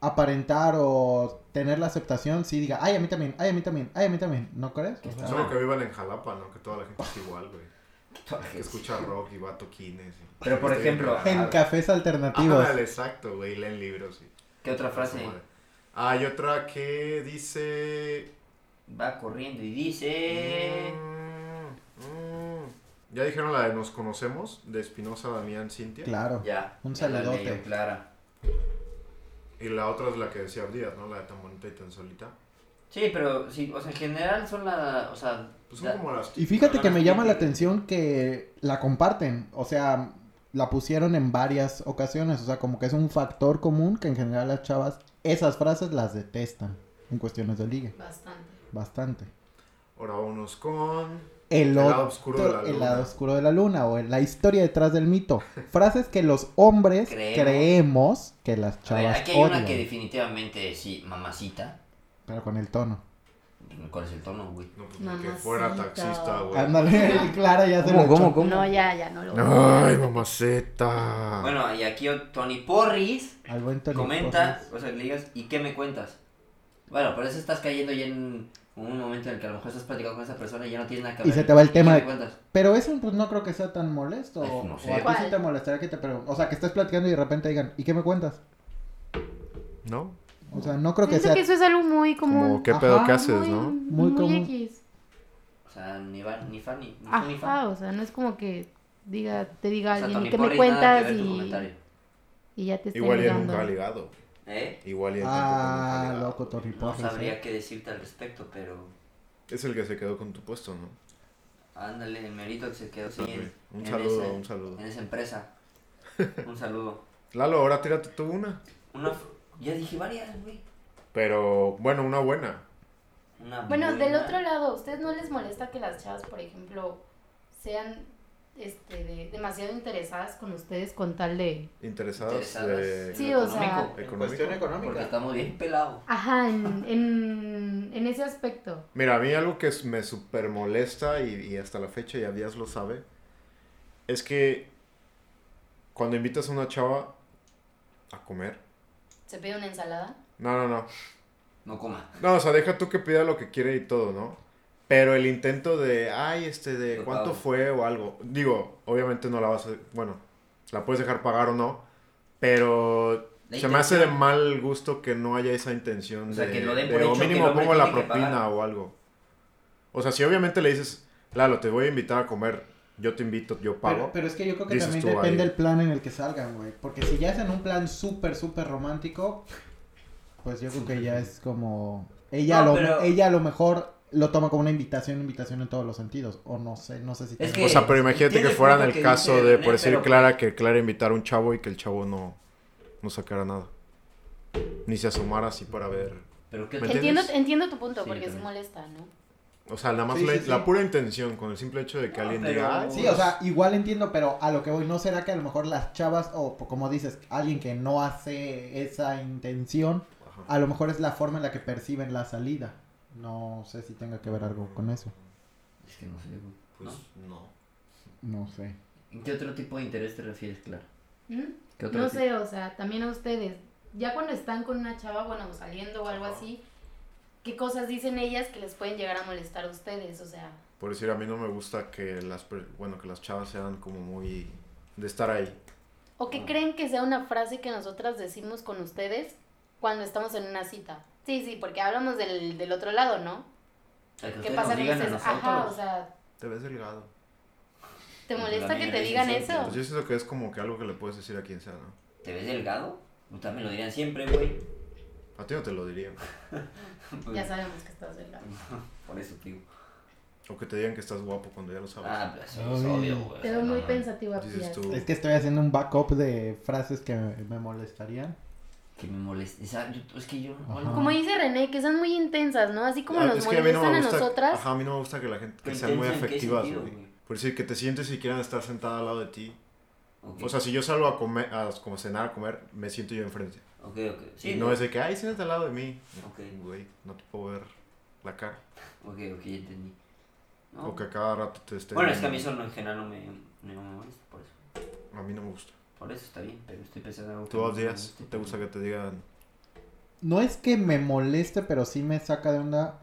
S2: aparentar o tener la aceptación, sí diga, ay, a mí también, ay, a mí también, ay, a mí también, ¿no crees?
S3: Que
S2: O sea,
S3: está-
S1: Solo que vivan en Jalapa, ¿no? Que toda la gente es igual, güey.
S3: Toda la
S1: Que
S3: gente.
S1: escucha rock y va a toquines. y-
S3: Pero, por
S1: Está bien
S3: ejemplo,
S1: raro.
S2: en cafés alternativos.
S1: Ándale, exacto, güey. Leen libros. y-
S3: ¿Qué otra frase?
S1: Hay otra que dice.
S3: Va corriendo y dice.
S1: Mm, mm. Ya dijeron la de Nos conocemos, de Espinosa, Damián, Cintia.
S2: Claro.
S3: Ya.
S2: Un
S3: ya la
S2: saludote.
S3: leyó Clara.
S1: Y la otra es la que decía Díaz, ¿no? La de tan bonita y tan solita.
S3: Sí, pero sí, o sea, en general son la. O sea.
S1: Pues
S3: da-
S1: son como las.
S2: Y fíjate que me llama la atención que la comparten, o sea, la pusieron en varias ocasiones, o sea, como que es un factor común que en general las chavas esas frases las detestan en cuestiones de ligue,
S4: Bastante.
S2: bastante.
S1: Ahora vámonos con.
S2: El,
S1: lado
S2: otro-
S1: oscuro de la
S2: el
S1: luna.
S2: lado oscuro de la luna o el- la historia detrás del
S3: <laughs>
S2: mito. Frases que los hombres creemos,
S3: Creemos.
S2: que las
S3: A ver,
S2: chavas
S3: aquí hay
S2: odian.
S3: una que definitivamente sí, mamacita.
S2: Pero con el tono.
S3: ¿Cuál es el tono, güey?
S1: No, pues ni que
S4: Mamacita.
S1: fuera taxista, güey.
S2: Ándale, <laughs> Clara ya se lo echó.
S4: No, ya, ya, no lo
S1: Ay, mamaceta.
S3: Bueno, y aquí o- Tony Porris
S2: Al buen Tony
S3: comenta,
S2: Cosas.
S3: o sea, que le digas, ¿y qué me cuentas? Bueno, por eso estás cayendo ya en un momento en el que a lo mejor estás platicando con esa persona y ya no tienes nada que
S2: Y
S3: ver.
S2: se te va el
S3: ¿Qué
S2: tema
S3: me
S2: de-
S3: cuentas?
S2: Pero eso pues no creo que sea tan molesto.
S3: Ay,
S2: o-
S3: Pues, no sé.
S2: O a ti sí
S4: ¿Cuál?
S2: te molestaría que te pregunten. O sea, que estés platicando y de repente digan, ¿y qué me cuentas?
S1: ¿No?
S2: O sea, no creo que
S4: Siento
S2: sea.
S4: que eso es algo muy común. Ah,
S1: Como, ¿qué
S2: Ajá,
S1: pedo que haces,
S4: muy,
S1: no?
S2: Muy
S4: Muy,
S2: común.
S4: X.
S3: O sea, ni, va, ni fan, ni, ni fan, ni fan.
S4: Ajá, o sea, no es como que diga, te diga
S3: O sea,
S4: alguien
S3: Tony
S4: y que me
S3: Porris, nada que
S4: cuentas
S3: ver tu
S4: y,
S3: comentario.
S4: y ya te estoy
S1: Igual ya
S4: ligando.
S1: nunca ha ligado.
S3: ¿Eh?
S1: Igual ya
S2: Ah,
S1: nunca ha ligado.
S2: loco, Tony
S3: No
S2: Porras,
S3: sabría
S2: ¿eh?
S3: qué decirte al respecto, pero
S1: Es el que se quedó con tu puesto, ¿no?
S3: Ándale, el merito que se quedó
S1: Sí,
S3: sí, en-
S1: un
S3: en
S1: saludo,
S3: esa-
S1: un saludo.
S3: En esa empresa. Un saludo.
S1: Lalo, ahora tírate tú una.
S3: Una, f- ya dije varias, güey.
S1: Pero bueno, una buena.
S3: Una
S4: Bueno, del
S3: buena.
S4: otro lado, ¿ustedes no les molesta que las chavas, por ejemplo, sean este, de- demasiado interesadas con ustedes con tal de...
S1: Interesadas eh,
S3: Interesadas
S1: de...
S3: en
S4: Sí,
S3: lo
S4: o sea-
S3: económico,
S1: económico.
S5: Cuestión
S3: Porque
S5: económica.
S3: estamos bien pelados.
S4: Ajá, en, en, en ese aspecto.
S1: Mira, a mí algo que me super molesta y, y hasta la fecha y a días lo sabe, es que cuando invitas a una chava a comer,
S4: ¿Se pide una ensalada?
S1: no, no, no,
S3: No coma.
S1: no, o sea, deja tú que pida lo que quiere y todo, ¿no? Pero el intento de, ay, este, de
S3: Lo
S1: cuánto
S3: pago.
S1: fue o algo, digo, obviamente no la vas a, bueno, la puedes dejar pagar o no, pero
S3: La
S1: se me hace de
S3: intención.
S1: mal gusto que no haya esa intención
S3: O sea,
S1: de,
S3: que lo den
S1: de,
S3: por
S1: o
S3: hecho que el
S1: mínimo
S3: hombre
S1: pongo la
S3: tiene que
S1: propina
S3: pagar".
S1: o algo. O sea, si obviamente le dices, Lalo, te voy a invitar a comer, yo te invito, yo pago.
S2: Pero, pero es que yo creo que
S1: Dices
S2: también
S1: tú,
S2: depende
S1: ahí.
S2: el plan en el que salgan, güey. Porque si ya es en un plan súper, súper romántico, pues yo creo que ya es como... Ella, a
S3: No,
S2: lo,
S3: pero-
S2: ella a lo mejor lo toma como una invitación, invitación en todos los sentidos. O no sé, no sé si...
S3: Es
S2: tenga-
S3: que-
S1: o sea, pero imagínate que
S3: Entiende
S1: fuera en
S3: lo
S1: el
S3: que
S1: caso
S3: dice
S1: de,
S3: René,
S1: por decir,
S3: pero-
S1: Clara, que Clara invitara a un chavo y que el chavo no, no sacara nada. Ni se asomara así para ver.
S3: Pero qué
S1: ¿Me
S4: Entiendo,
S1: entiendes?
S4: entiendo tu punto,
S3: Sí,
S4: porque sí
S3: también.
S4: molesta, ¿no?
S1: O sea, nada más
S2: Sí,
S1: la,
S2: sí, sí.
S1: la pura intención, con el simple hecho de que
S3: No,
S1: alguien
S3: pero- pues
S1: diga, "Ay,
S2: Sí, o sea, igual entiendo, pero a lo que voy, ¿no será que a lo mejor las chavas, o po- como dices, alguien que no hace esa intención,
S1: Ajá.
S2: a lo mejor es la forma en la que perciben la salida? No sé si tenga que ver algo con eso.
S3: Es que no sé, güey.
S1: Pues no.
S2: No sé.
S3: ¿En qué otro tipo de interés te refieres, Clara?
S4: ¿Mm?
S3: ¿Qué otro
S4: No
S3: tipo?
S4: sé, o sea, también a ustedes. Ya cuando están con una chava, bueno, saliendo o algo
S1: Ajá.
S4: así, ¿qué cosas dicen ellas que les pueden llegar a molestar a ustedes? O sea,
S1: Por decir, a mí no me gusta que las, per- bueno, que las chavas sean como muy de estar ahí.
S4: ¿o qué
S3: Ah.
S4: creen que sea una frase que nosotras decimos con ustedes cuando estamos en una cita? Sí, sí, porque hablamos del, del otro lado, ¿no?
S3: O sea, que
S4: ¿Qué
S3: ustedes
S4: pasa
S3: nos
S4: que
S3: digan a
S4: dices,
S3: nosotros.
S4: ajá, o sea,
S1: Te ves delgado.
S4: ¿te
S3: Pues,
S4: molesta
S3: la
S4: que
S3: mía
S4: te
S3: es
S4: digan
S3: siempre,
S4: eso?
S1: Pues yo siento que es como que algo que le puedes decir a quien sea, ¿no?
S3: ¿Te ves delgado? Ustedes me lo dirían siempre, güey. <laughs> Pues,
S1: A ti no te lo dirían.
S4: Ya sabemos que estás delgado.
S3: Por eso, tío.
S1: O que te digan que estás guapo cuando ya lo sabes.
S3: Ah, pero eso es
S2: Ay.
S3: obvio, güey.
S4: Te veo
S3: No,
S4: muy
S3: no.
S4: pensativa,
S1: Dices
S4: Pías.
S1: tú.
S2: Es que estoy haciendo un backup de frases que me, me molestarían.
S3: Que me molesta. Esa- yo- Es que yo.
S2: Ajá.
S3: bueno,
S4: Como dice René, que son muy intensas, ¿no? Así como
S1: Ah,
S4: nos
S1: es que a mí
S4: molestan
S1: no
S4: a,
S1: me gusta,
S4: nosotras.
S1: Ajá, a mí no me gusta que la gente que
S3: ¿Pero
S1: sean muy
S3: intensa en qué
S1: afectivas,
S3: sentido,
S1: güey.
S3: güey?
S1: Por decir, que te sientes y quieran estar sentada al lado de ti.
S3: ok,
S1: O sea, si yo salgo a comer, a como cenar, a comer, me siento yo enfrente.
S3: ok, ok. Sí,
S1: y no es de que, ay, siéntate al lado de mí.
S3: Ok.
S1: Güey, no te puedo ver la cara.
S3: Ok, ok, ya entendí. No.
S1: O que a cada rato te esté
S3: Bueno, es que a mí
S1: viendo.
S3: eso no, en general no me, no me molesta, por eso.
S1: A mí no me gusta.
S3: Por eso está bien, pero estoy pensando en algo que
S1: Todos los
S3: no me
S1: días
S3: moleste,
S1: te gusta que
S3: pero-
S1: te
S2: <laughs>
S1: digan,
S2: No es que me moleste, pero sí me saca de onda.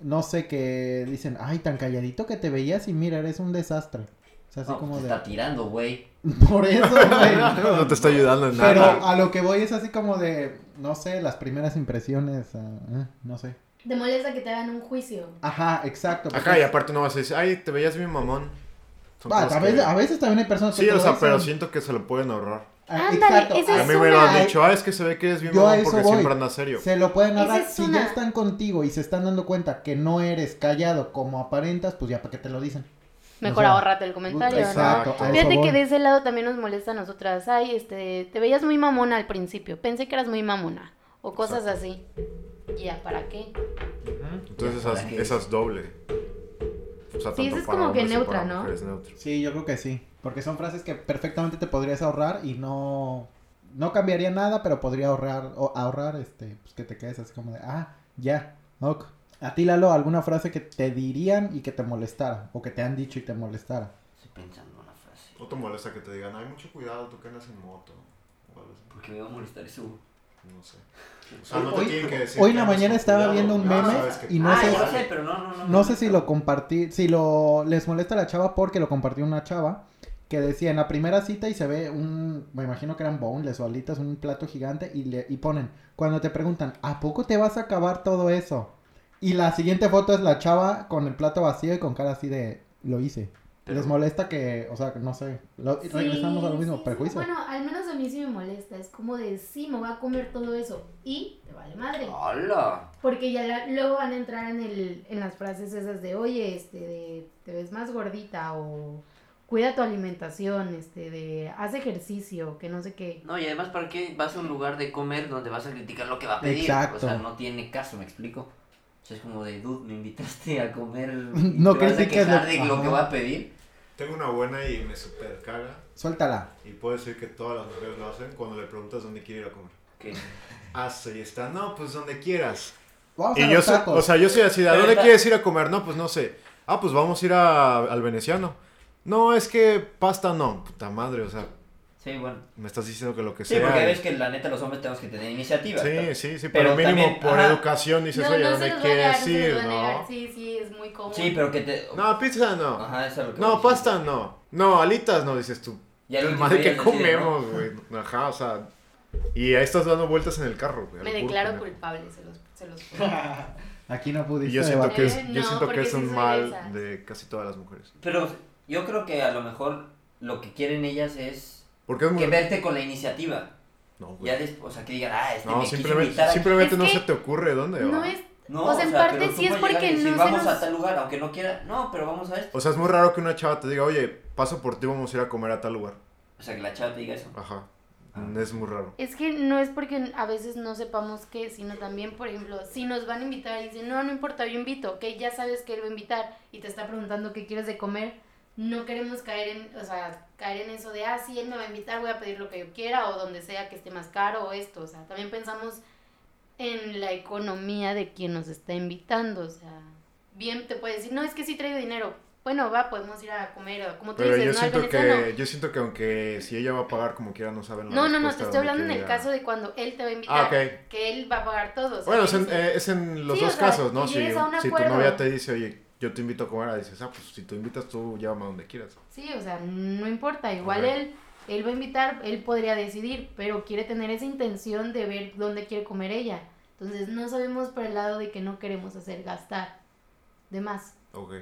S2: No sé, que dicen, ay, tan calladito que te veías y mira, eres un desastre. O sea, así
S3: No,
S2: como
S3: te
S2: de...
S3: está tirando, güey.
S2: <laughs> Por eso, güey.
S1: <laughs> no te está ayudando en
S2: Pero
S1: nada.
S2: a lo que voy es así como de, no sé, las primeras impresiones, ah, eh, no sé.
S4: Te molesta que te hagan un juicio.
S2: Ajá, exacto. porque-
S1: Acá, y aparte no vas a decir, ay, te veías bien mamón. Son
S2: pues, Va,
S1: cosas
S2: a, veces,
S1: que-
S2: a veces también hay personas que
S1: Sí,
S2: te
S1: o sea,
S2: dicen.
S1: pero siento que se lo pueden ahorrar.
S2: Ah,
S4: Ándale,
S2: exacto.
S4: ese
S1: A
S4: es
S1: mí me lo han
S4: una-
S1: dicho, ah, es que se ve que eres bien
S2: Yo a
S1: mamón
S2: eso
S1: porque
S2: voy.
S1: siempre anda serio.
S2: Se lo pueden
S4: Esa
S2: ahorrar.
S4: es
S2: si
S4: una.
S2: ya están contigo y se están dando cuenta que no eres callado como aparentas, pues ya para qué te lo dicen.
S4: Mejor
S2: O sea,
S4: ahorrate el comentario,
S1: Exacto.
S4: ¿no?
S2: a eso
S4: Fíjate
S2: voy.
S4: que de ese lado también nos molesta a nosotras. Ay, este, te veías muy mamona al principio. Pensé que eras muy mamona. O cosas así. ¿Y ya para qué?
S1: Entonces
S3: Ya,
S1: esas,
S3: ¿para qué?
S1: esas doble. O sea, tanto
S4: Sí, esa es
S1: para
S4: como que
S1: hombres y
S4: neutra,
S1: para
S4: ¿no?
S1: mujeres, neutro.
S2: Sí, yo creo que sí. Porque son frases que perfectamente te podrías ahorrar y no, no cambiaría nada, pero podría ahorrar, o- ahorrar, este, pues que te quedes así como de, ah, ya, ok. A ti, Lalo, alguna frase que te dirían y que te molestara, o que te han dicho y te molestara.
S3: Estoy pensando en una frase.
S1: No te molesta que te digan, hay mucho cuidado, tú que andas en moto. o algo así.
S3: ¿Por qué me va a molestar eso? güey?
S1: No sé. O sea, no te
S2: Hoy-
S1: tienen que decir.
S2: hoy
S1: que
S2: en la
S1: andas
S2: mañana
S1: con
S2: estaba
S1: cuidado,
S2: viendo un
S1: güey,
S2: meme
S1: sabes que-
S2: y no
S3: ah,
S2: sé-
S3: ya lo sé, pero no, no, no.
S2: No sé si lo compartí, si lo les molesta a la chava porque lo compartió una chava que decía en la primera cita y se ve un, me imagino que eran boneless o alitas, un plato gigante y le y ponen, cuando te preguntan, ¿a poco te vas a acabar todo eso? Y la siguiente foto es la chava con el plato vacío y con cara así de, lo hice.
S3: Pero-
S2: Les molesta que, o sea, no sé. lo-
S4: Sí,
S2: regresamos a lo mismo,
S4: sí, sí.
S2: prejuicio.
S4: Bueno, al menos a mí sí me molesta. Es como de, sí, me voy a comer todo eso. Y te vale madre.
S3: ¡Hala!
S4: Porque ya la- luego van a entrar en, el, en las frases esas de, oye, este, de, te ves más gordita o cuida tu alimentación, este, de, haz ejercicio, que no sé qué.
S3: No, y además, ¿para qué vas a un lugar de comer donde vas a criticar lo que va a pedir?
S2: Exacto.
S3: O sea, no tiene caso, ¿me explico? O sea, es como de, dude, me invitaste
S2: <laughs>
S3: a comer y
S2: No
S3: te vas a
S2: critiques lo-
S3: quejar de lo
S2: Ajá.
S3: que va a pedir.
S1: Tengo una buena y me super caga.
S2: Suéltala.
S1: Y puedo decir que todas las mujeres lo hacen cuando le preguntas dónde quiere ir a comer.
S3: Que-
S1: Ah, sí, está. No, pues donde quieras.
S2: Vamos a
S1: Y yo
S2: los
S1: soy,
S2: tacos.
S1: o sea, yo soy así, ¿de ¿a
S3: Pero
S1: dónde
S3: está-
S1: quieres ir a comer? No, pues no sé. Ah, pues vamos a ir a- al veneciano. No, es que pasta no, puta madre, o sea,
S3: Sí, bueno.
S1: me estás diciendo que lo que
S3: Sí,
S1: sea.
S3: porque ves que la neta los hombres tenemos que tener iniciativa.
S1: Sí,
S3: ¿no?
S1: sí, sí,
S3: Pero
S1: pero, mínimo
S3: también-
S1: por
S3: ajá.
S1: educación dices, oye, ¿dónde quieres ir? No,
S4: Sí, sí, es muy común.
S3: Sí, pero que te...
S1: no, pizza no.
S3: Ajá, eso es lo que
S1: No,
S3: voy a decir.
S1: pasta no. No, alitas no, dices tú.
S3: Y al último
S1: Madre,
S3: ya
S1: ¿qué
S3: decides, ¿no?
S1: comemos, güey? Ajá, o sea. Y ahí estás dando vueltas en el carro, güey. al puro pendejo.
S4: culpable, se los, se
S1: <laughs>
S4: los
S2: Aquí no pudiste
S1: Y yo siento
S2: debatir.
S1: que es,
S4: Eh,
S1: yo
S4: no,
S1: siento que
S4: porque
S1: es
S4: sí
S1: un
S4: soy de
S1: mal
S4: esas.
S1: de casi todas las mujeres.
S3: Pero yo creo que a lo mejor lo que quieren ellas es
S1: Porque es muy.
S3: que verte con la iniciativa.
S1: No, güey.
S3: Ya después, o sea, que digan, ah, este
S1: No,
S3: me quiso
S1: simplemente,
S3: invitar a-
S1: simplemente
S4: Es
S1: no
S4: que
S1: se te ocurre dónde va.
S4: No es,
S3: No,
S4: o sea, en parte
S3: pero tú
S4: sí es
S3: puedes llegar
S4: porque
S3: y decir,
S4: no se
S3: vamos
S4: nos-
S3: a tal lugar, aunque no quiera. No, pero vamos a esto.
S1: O sea, es muy raro que una chava te diga, oye, paso por ti, vamos a ir a comer a tal lugar.
S3: O sea, que la chava te diga eso.
S1: Ajá. Mm,
S3: Ah.
S1: Es muy raro.
S4: es que no es porque a veces no sepamos qué, sino también, por ejemplo, si nos van a invitar y dicen, no, no importa, yo invito, que ya sabes que él va a invitar y te está preguntando qué quieres de comer, no queremos caer en, o sea, caer en eso de, ah, sí, él me va a invitar, voy a pedir lo que yo quiera o donde sea que esté más caro o esto, o sea, también pensamos en la economía de quien nos está invitando, o sea, bien te puede decir, no, es que sí traigo dinero, bueno, va, podemos ir a comer, o como tú
S1: Pero
S4: dices,
S1: yo
S4: no, Al
S1: siento
S4: venezano".
S1: que yo siento que aunque si ella va a pagar como quiera no saben la
S4: No, no, no, te
S1: respuesta
S4: estoy
S1: dónde
S4: hablando en
S1: quiere
S4: el
S1: ir a-
S4: caso de cuando él te va a invitar.
S1: Ah, ok.
S4: Que él va a pagar todo. o sea,
S1: Bueno, es
S4: que
S1: en,
S4: dice,
S1: eh, es en los
S4: Sí,
S1: dos
S4: o sea,
S1: casos, ¿no?
S4: que
S1: Si,
S4: llegues a un
S1: si tu
S4: acuerdo.
S1: novia te dice, oye, yo te invito a comer, ah, dices, ah, pues si tú invitas, tú llámame a donde quieras.
S4: Sí, o sea, no importa. Igual
S1: Ok.
S4: él, él va a invitar, él podría decidir, pero quiere tener esa intención de ver dónde quiere comer ella. Entonces no sabemos por el lado de que no queremos hacer gastar de más.
S1: Ok.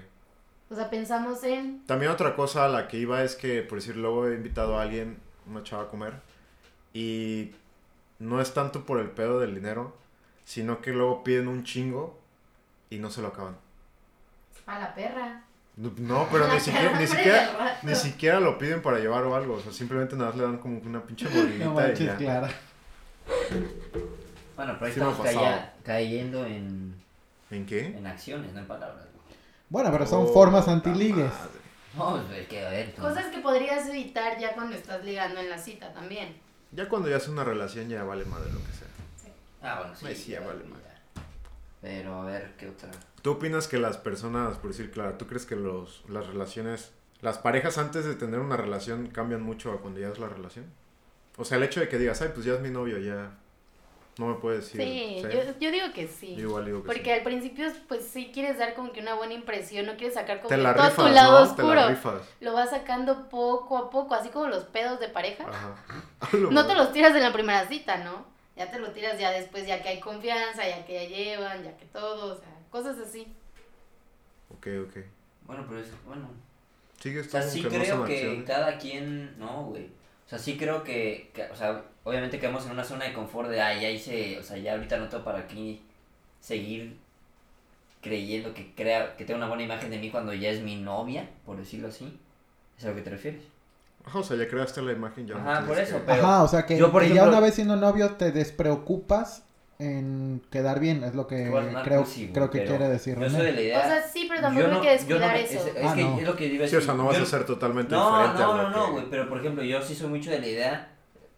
S4: O sea, pensamos en...
S1: También otra cosa a la que iba es que, por decir, luego he invitado a alguien, una chava a comer, y no es tanto por el pedo del dinero, sino que luego piden un chingo y no se lo acaban.
S4: A la perra.
S1: No, no, pero
S4: <laughs> La
S1: ni siquiera,
S4: perra
S1: ni
S4: del
S1: siquiera,
S4: rato.
S1: ni siquiera lo piden para llevar o algo, o sea, simplemente nada más le dan como una pinche
S2: <laughs> No
S1: mordidita y
S2: manches,
S1: ya.
S2: Clara.
S3: Bueno, pero ahí
S1: Sí me ha
S3: estamos calla- cayendo en,
S1: ¿En qué?
S3: en acciones, no en palabras. güey.
S2: Bueno, pero son
S1: Oh,
S2: formas
S1: puta
S2: antiligues.
S1: madre.
S3: No, pues, es que a ver. tú-
S4: Cosas que podrías evitar ya cuando estás ligando en la cita también.
S1: Ya cuando ya es una relación ya vale madre lo que sea.
S3: Ah, bueno, sí.
S1: Pues sí, ya vale
S3: ya.
S1: madre.
S3: Pero a ver, ¿qué otra?
S1: ¿Tú opinas que las personas, por decir claro, tú crees que los, las relaciones, las parejas antes de tener una relación cambian mucho a cuando ya es la relación? O sea, el hecho de que digas, ay, pues ya es mi novio, ya no me puedes decir.
S4: Sí,
S1: ¿sí?
S4: yo, yo digo que sí.
S1: Yo igual digo que
S4: Porque
S1: sí.
S4: al principio, pues sí quieres dar como que una buena impresión, no quieres sacar como
S1: Te
S4: que
S1: la
S4: todo
S1: rifas,
S4: tu lado
S1: ¿no? Te la
S4: oscuro.
S1: rifas.
S4: Lo vas sacando poco a poco, así como los pedos de pareja.
S1: Ajá. <laughs>
S4: No te los tiras en la primera cita, ¿no? Ya te lo tiras ya después, ya que hay confianza, ya que ya llevan, ya que todo, o sea, cosas así.
S1: Ok, ok.
S3: Bueno, pero es. Bueno.
S1: Sigues
S3: O
S1: tú
S3: sea,
S1: como
S3: sí
S1: que no
S3: creo
S1: son
S3: que
S1: acciones.
S3: cada quien, no, güey. O sea, sí creo que, que- o sea, obviamente quedamos en una zona de confort de, ay, ya hice, o sea, ya ahorita no tengo para aquí seguir creyendo que crea, que tenga una buena imagen de mí cuando ya es mi novia, por decirlo así. ¿Es a lo que te refieres?
S1: Ajá, o sea, ya creaste la imagen ya. no
S3: Ajá,
S1: tienes
S3: por eso,
S1: que-
S3: pero-
S2: Ajá, o sea que,
S3: yo, por
S2: que ya
S3: ejemplo-
S2: una vez siendo novio te despreocupas en quedar bien, es lo que
S3: Igual, Marco,
S2: Eh, creo,
S3: sí, güey,
S2: creo que
S3: pero
S2: quiere decir
S3: Yo
S2: René.
S3: soy de la idea.
S4: O sea, sí, pero tampoco
S3: yo
S4: hay
S3: no-
S4: que
S3: yo no
S4: descuidar
S3: me-
S4: eso.
S3: Es, es
S2: Ah,
S3: que
S2: no.
S3: es lo que iba a
S1: Sí, o
S3: decir.
S1: sea, no vas
S3: Yo-
S1: a ser totalmente
S3: No,
S1: diferente a
S3: no,
S1: lo
S3: no, no,
S1: que-
S3: güey, pero por ejemplo, yo sí soy mucho de la idea.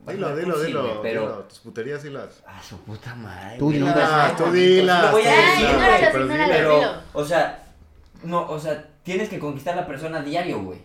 S1: Dilo, dilo,
S3: Sí,
S1: dilo,
S3: güey, pero...
S1: dilo. Tus puterías y las.
S3: A su puta madre.
S2: Tú
S3: güey, no
S2: dilas.
S3: puedes
S1: Ah,
S3: ser
S1: tú
S3: bonito.
S1: dilas,
S3: Lo voy a
S1: tú
S3: decir,
S1: dilas,
S3: güey,
S1: pero
S4: ignóralos,
S1: dilas.
S3: pero,
S4: dilo.
S3: o sea, no, o sea, tienes que conquistar a la persona a diario, güey.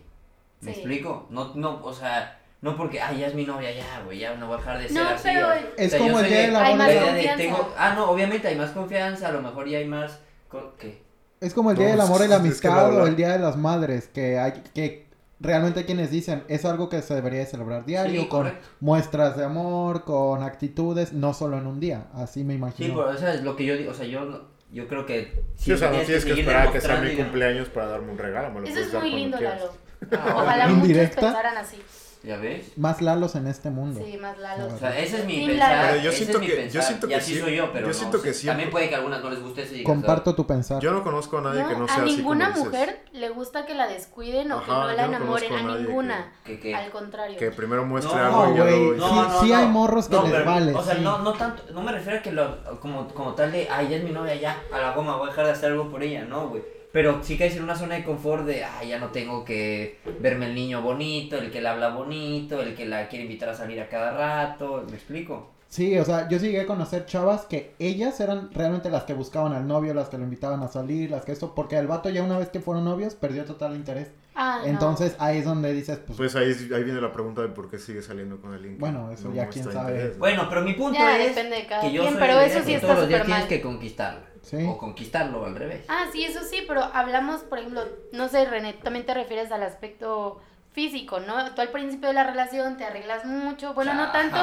S3: ¿Me
S4: Sí.
S3: explico? No, no, o sea, no porque, ay, ya es mi novia, ya, güey, ya no voy a dejar de ser
S4: No,
S3: así.
S4: pero-
S3: o-
S2: Es
S3: yo
S2: como el
S3: soy
S2: día de la
S4: Hay
S2: boda.
S4: más
S3: idea de
S4: confianza.
S3: tengo- ah, no, obviamente hay más confianza, a lo mejor ya hay más, co- ¿qué?
S2: Es como el día
S1: No,
S2: del
S1: es-
S2: amor y la
S1: es que
S2: amistad
S1: la-
S2: o el día de las madres, que hay que realmente hay quienes dicen es algo que se debería de celebrar diario
S3: Sí,
S2: con
S3: correcto.
S2: muestras de amor, con actitudes, no solo en un día, así me
S3: Sí,
S2: imagino.
S3: pero, o sea, es lo que yo digo, o sea, yo, no- yo creo que...
S1: Sí, o sea, no tienes que
S3: seguir
S1: esperar a que sea
S3: demostrando
S1: mi
S3: y dem-
S1: cumpleaños para darme un regalo. Me lo
S4: Eso
S1: puedes
S4: es
S1: dar
S3: pues,
S4: muy
S1: cuando
S4: lindo,
S1: quieras.
S4: Lalo. Ojalá muchos
S2: ¿Indirecta?
S4: pensaran así.
S3: ¿Ya ves?
S2: Más Lalos en este mundo.
S4: Sí, más Lalo.
S3: O sea, ese es mi
S4: Team
S3: pensar.
S4: Lalo.
S1: Pero yo
S3: ese
S1: siento
S3: es mi
S1: que- yo
S3: pensar,
S1: siento
S3: y
S1: que
S3: así
S1: sí-
S3: soy yo, pero
S1: yo
S3: no,
S1: siento
S3: sí.
S1: que siempre-
S3: También puede que a algunas no les guste eso. y digas,
S2: Comparto tu pensar.
S1: Yo no conozco a nadie que no sea así
S4: a
S1: como
S4: ninguna
S1: dices.
S4: mujer le gusta que la descuiden o que
S1: Ajá,
S4: no
S1: yo
S4: la
S1: no
S4: enamoren,
S1: conozco a
S4: a
S1: nadie que-
S4: ninguna.
S3: Que, que-
S4: Al contrario.
S1: Que primero muestre
S3: No,
S1: algo
S2: No,
S1: y ya
S2: güey.
S1: luego
S2: Sí,
S1: dices,
S3: No, no,
S2: sí
S3: no.
S2: hay morros que
S3: No,
S2: les
S3: pero,
S2: vale.
S3: O sea,
S2: sí.
S3: no, no tanto, no me refiero a que lo, como, como tal de, ay, ya es mi novia, ya, a la goma, voy a dejar de hacer algo por ella, no, güey. Pero sí caes en una zona de confort de, ay, ya no tengo que verme el niño bonito, el que le habla bonito, el que la quiere invitar a salir a cada rato, ¿me explico?
S2: Sí, o sea, yo sí llegué a conocer chavas que ellas eran realmente las que buscaban al novio, las que lo invitaban a salir, las que eso, porque el vato ya una vez que fueron novios perdió total interés.
S4: Ah, no.
S2: Entonces ahí es donde dices, pues,
S1: Pues ahí, es- ahí viene la pregunta de por qué sigue saliendo con alguien. que
S2: Bueno, eso
S1: no
S2: ya
S1: muestra
S2: quién sabe.
S1: interés, ¿no?
S3: Bueno, pero mi punto
S4: Ya,
S3: es
S4: depende de cada
S3: que yo
S4: quien,
S3: soy
S4: pero
S3: el
S4: eso
S3: de
S4: sí
S3: que
S4: está
S3: todos los días
S4: súper
S3: tienes
S4: mal.
S3: que conquistarla,
S2: Sí.
S3: o conquistarlo al revés.
S4: Ah, sí, eso sí, pero hablamos, por ejemplo, no sé, René, también te refieres al aspecto físico, ¿no? Tú al principio de la relación te arreglas mucho, bueno,
S3: <laughs>
S4: no tanto,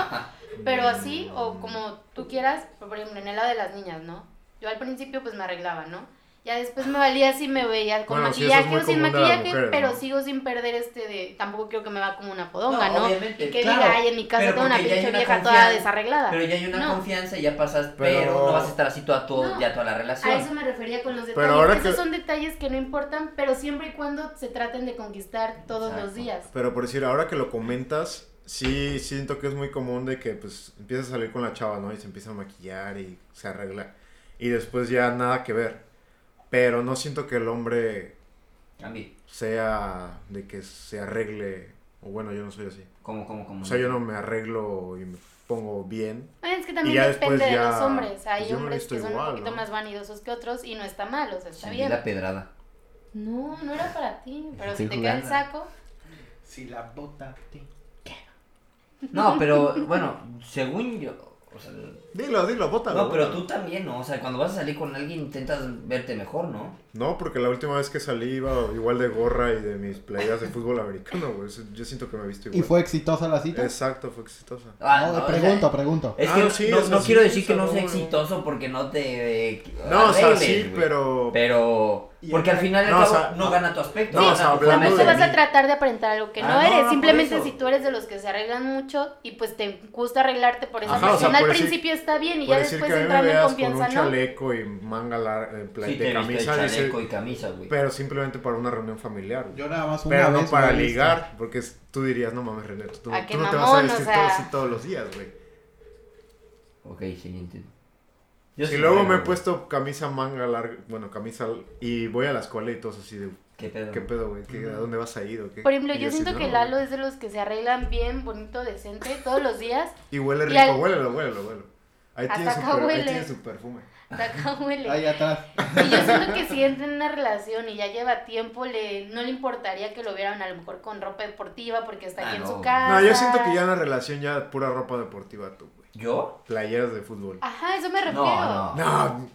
S4: pero así, o como tú quieras, por ejemplo, en el lado de las niñas, ¿no? Yo al principio pues me arreglaba, ¿no? Ya después me valía si me veía con
S1: Bueno, sí, eso es
S4: maquillaje
S1: muy
S4: o sin
S1: común de las
S4: maquillaje,
S1: mujeres,
S4: pero
S1: ¿no?
S4: sigo sin perder este de... Tampoco quiero que me va como una podonga,
S3: No,
S4: ¿no?
S3: obviamente,
S4: Y que
S3: claro,
S4: diga, ay, en mi casa
S3: pero
S4: tengo una
S3: porque ya hay
S4: pinche
S3: una
S4: vieja toda
S3: confianza,
S4: desarreglada.
S3: Pero ya hay una
S4: No.
S3: confianza y ya pasas, pero,
S1: Pero-
S3: no vas a estar así toda, todo,
S4: No.
S3: ya toda la relación.
S4: A eso me refería con los detalles.
S1: ahora
S4: Esos
S1: que-
S4: son detalles que no importan, pero siempre y cuando se traten de conquistar todos
S3: Exacto.
S4: los días.
S1: Pero por decir, ahora que lo comentas, sí siento que es muy común de que pues empieza a salir con la chava, ¿no? Y se empieza a maquillar y se arregla. Y después ya nada que ver. Pero no siento que el hombre
S3: Cambie.
S1: sea de que se arregle. O bueno, yo no soy así.
S3: ¿Cómo, cómo, cómo?
S1: O sea, yo no me arreglo y me pongo bien.
S4: Ah, Es que
S1: Y ya
S4: también
S1: después
S4: depende de
S1: ya-
S4: los hombres. Hay
S1: pues yo me he
S4: hombres
S1: visto
S4: que son
S1: igual,
S4: un poquito
S1: ¿no?
S4: más vanidosos que otros y no está mal, o sea, está
S3: Sentí
S4: bien.
S3: la pedrada.
S4: No, no era para ti, pero
S3: Estoy
S4: si te queda el
S3: jugando.
S4: saco.
S5: Si la bota te
S3: No,
S4: <laughs>
S3: pero bueno, según yo. o sea,
S1: Dilo, dilo, bótalo.
S3: no, pero
S1: bótalo.
S3: tú también, ¿no? O sea, cuando vas a salir con alguien intentas verte mejor, ¿no?
S1: No, porque la última vez que salí iba igual de gorra y de mis playeras de fútbol americano, güey. Eso- Yo siento que me he visto igual.
S2: ¿y fue exitosa la cita?
S1: Exacto, fue exitosa.
S3: Ah,
S2: No,
S3: o sea,
S2: pregunto, pregunto.
S3: es
S1: Ah,
S3: que no-
S1: sí,
S3: no,
S1: o sea,
S3: no
S1: sí,
S3: quiero decir que
S1: o sea,
S3: no sea
S1: no, no.
S3: exitoso porque no te. eh,
S1: No, o sea,
S3: arregles,
S1: sí,
S3: güey.
S1: pero...
S3: Pero.
S5: Y
S3: Porque al final y al
S1: No, o
S3: cabo
S1: sea,
S3: no
S1: no.
S3: gana tu aspecto.
S1: No,
S3: gana
S1: o sea,
S3: tu forma
S1: hablando
S3: de
S4: Tampoco
S1: de
S3: ser.
S4: vas a tratar de aparentar algo que
S3: Ah,
S4: no
S3: no, no,
S4: eres.
S3: por
S4: Simplemente
S3: eso.
S4: si tú eres de los que se arreglan mucho y pues te gusta arreglarte por esa
S1: Ajá, o
S4: persona,
S1: sea,
S4: al
S1: por decir-
S4: principio está bien y
S1: Por
S4: ya
S1: decir
S4: después
S1: que a mí me
S4: entrando en
S1: veas con un
S4: confianza, ¿no?
S1: chaleco y manga larga, en plan
S3: Sí,
S1: de
S3: te viste
S1: camisa,
S3: de
S1: dice,
S3: chaleco y camisa, güey.
S1: pero simplemente para una reunión familiar. güey.
S2: Yo nada más una
S1: Pero
S2: vez
S1: no para
S2: me he visto.
S1: ligar, porque es- tú dirías, no mames, René, tú, tú
S4: Ah, qué
S1: no te vas a
S4: mamón, o
S1: vestir
S4: sea.
S1: todo así todos los días, güey.
S3: Ok, siguiente. Yo
S1: Y
S3: sí
S1: luego
S3: creo,
S1: me he
S3: güey.
S1: puesto camisa manga larga, bueno, camisa, y voy a la escuela y todos así de,
S3: ¿Qué pedo?
S1: ¿qué pedo, güey? ¿Qué- ¿A dónde vas a ir o qué?
S4: Por ejemplo,
S1: Y
S4: yo
S1: así,
S4: siento
S1: no,
S4: que
S1: güey.
S4: Lalo es de los que se arreglan bien, bonito, decente, todos los días.
S1: Y huele
S4: Y
S1: rico,
S4: al-
S1: huélelo, huélelo, huélelo. Ahí
S4: Hasta
S1: tiene, su
S4: acá
S1: per- ahí
S4: huele.
S1: tiene su perfume.
S4: Acá huele.
S2: Ahí atrás.
S4: Y yo siento que si entra en una relación y ya lleva tiempo, le, no le importaría que lo vieran a lo mejor con ropa deportiva porque está aquí
S3: Ah,
S4: en
S3: no.
S4: su
S1: No,
S4: casa.
S1: yo siento que ya en la relación ya pura ropa deportiva tú, güey.
S3: ¿Yo?
S1: Playeras de fútbol.
S4: Ajá, eso me refiero. Ah.
S3: No, no.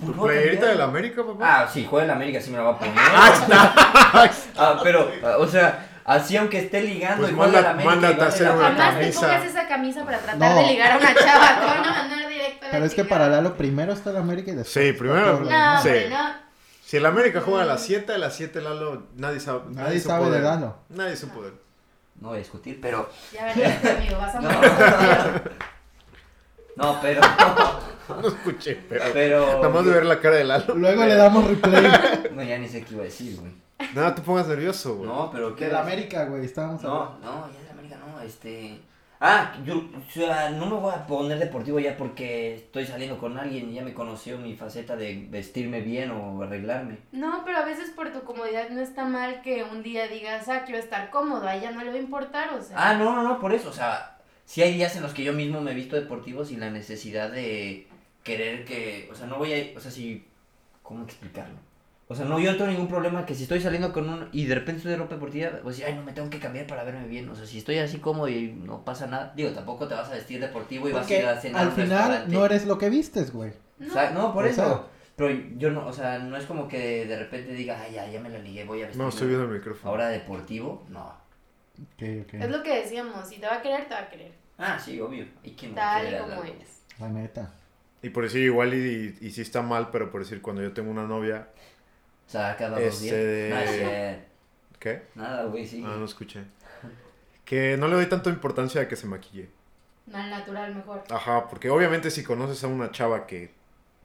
S1: No, tu
S3: ¿Por qué?
S1: playerita del América, papá.
S3: Ah, sí, juega en la América, sí me la va
S1: <laughs>
S3: a poner. Ah, pero, <laughs> ah, o sea, así aunque esté ligando
S1: Pues
S3: y juega en la
S1: manda-
S3: América.
S1: mándate
S3: igual
S1: a hacer
S3: le va
S1: una
S4: Jamás
S3: ganar.
S4: te
S1: camisa.
S4: pongas esa camisa para tratar
S2: No.
S4: de ligar a una chava. Te van a mandar directo a la
S2: Pero es que
S4: chingada.
S2: para Lalo primero está el América y después.
S1: Sí, primero-
S2: está todo lo demás.
S4: No,
S1: Sí.
S4: hombre, no.
S1: Si el América juega a las 7, a las 7 Lalo, nadie sabe.
S2: Nadie sabe de
S1: él.
S2: Lalo.
S1: Nadie supo de él.
S3: No voy a discutir, pero.
S4: Ya verás, amigo, vas a
S3: No. <laughs>
S4: morir.
S3: No, pero. <laughs>
S1: No escuché, pero.
S3: Pero.
S1: Nada más de ver la cara de Lalo.
S2: Luego le damos replay.
S3: No, ya ni sé qué iba a decir, güey.
S1: Nada, te pongas nervioso, güey.
S3: No, pero. ¿qué
S2: Del
S3: iba a
S2: América, güey, estábamos hablando.
S3: No, no, ya de la América no, este... Ah, yo, o sea, no me voy a poner deportivo ya porque estoy saliendo con alguien y ya me conoció mi faceta de vestirme bien o arreglarme.
S4: No, pero a veces por tu comodidad no está mal que un día digas, ah, quiero estar cómodo, a ella no le va a importar, o sea.
S3: Ah, no, no, no, por eso, o sea, sí hay días en los que yo mismo me visto deportivo sin la necesidad de querer que, o sea, no voy a, o sea, si, ¿cómo explicarlo? O sea, no, yo no tengo ningún problema que si estoy saliendo con un y de repente estoy de ropa deportiva, voy a decir, ay, no, me tengo que cambiar para verme bien, o sea, si estoy así cómodo y no pasa nada, digo, tampoco te vas a vestir deportivo y vas Pues a
S2: Porque
S3: ir a cenar a
S2: al
S3: un
S2: final
S3: restaurante.
S2: no eres lo que vistes, güey.
S3: O sea, no, por
S2: O
S3: eso.
S2: sea.
S3: Pero yo no, o sea, no es como que de repente diga, ay, ya, ya me la ligué, voy a vestirme
S1: No, estoy viendo el micrófono.
S3: Ahora deportivo, no.
S2: Ok, ok.
S4: Es lo que decíamos, si te va a querer, te va a querer.
S3: Ah, sí, obvio. ¿Y quién no
S4: Tal
S3: quiere
S4: y
S3: hablar?
S4: como eres.
S2: La neta.
S1: Y por decir, igual y, y, y sí está mal, pero por decir, cuando yo tengo una novia,
S3: O sea, cada dos
S1: Este,
S3: días. No, es cierto.
S1: ¿Qué?
S3: Nada, güey, sí.
S1: Ah, no escuché. Que no le doy tanta importancia a que se maquille.
S4: Mal natural mejor.
S1: Ajá, porque obviamente si conoces a una chava que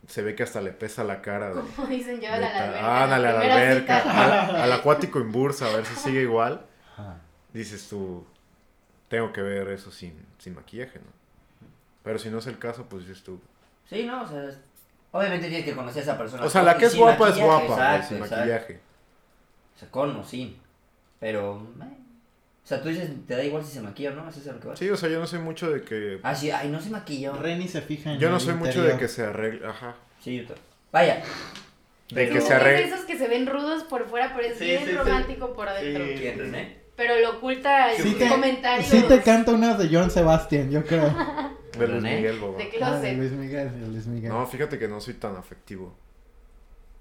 S1: se ve que hasta le pesa la cara. de-
S4: Como dicen, yo
S1: de
S4: a la
S1: ta-
S4: alberca.
S1: ándale, a la
S4: primera
S1: alberca,
S4: cita.
S1: al, al acuático en bursa, a ver si sigue igual.
S3: Ajá.
S1: Dices tú, tengo que ver eso sin, sin maquillaje, ¿no? Pero si no es el caso, pues dices tú.
S3: Sí, no, o sea, es- obviamente tienes que conocer a esa persona.
S1: O sea, la
S3: Y
S1: que es
S3: sin
S1: guapa es
S3: maquillaje,
S1: guapa, güey,
S3: exacto,
S1: sin
S3: exacto.
S1: maquillaje.
S3: O sea, con o sin. Pero, eh, o sea, tú dices, te da igual si se maquilla o no, ¿es eso a lo que va?
S1: Sí, o sea, yo no soy mucho de que.
S3: Ah, sí, ay, no se maquilló.
S2: Reni se
S3: Ah,
S2: fija en
S1: Yo no
S2: el
S1: soy mucho
S2: interior.
S1: de que se arregle. Ajá.
S3: Sí, yo te... Vaya.
S1: De que
S4: Como
S1: se arregle.
S4: esos que se ven rudos por fuera, pero es
S5: Sí,
S4: bien
S5: sí, sí.
S4: romántico por adentro.
S5: Sí.
S3: ¿Entiendes, eh?
S4: Pero lo oculta el
S2: Sí te-
S4: comentario
S2: Sí te canta unas de John Sebastian, yo creo.
S1: De Luis
S3: René.
S1: Miguel, boba.
S4: de
S2: Ah, de
S4: closet.
S2: Luis Miguel, de Luis Miguel.
S1: No, fíjate que no soy tan afectivo.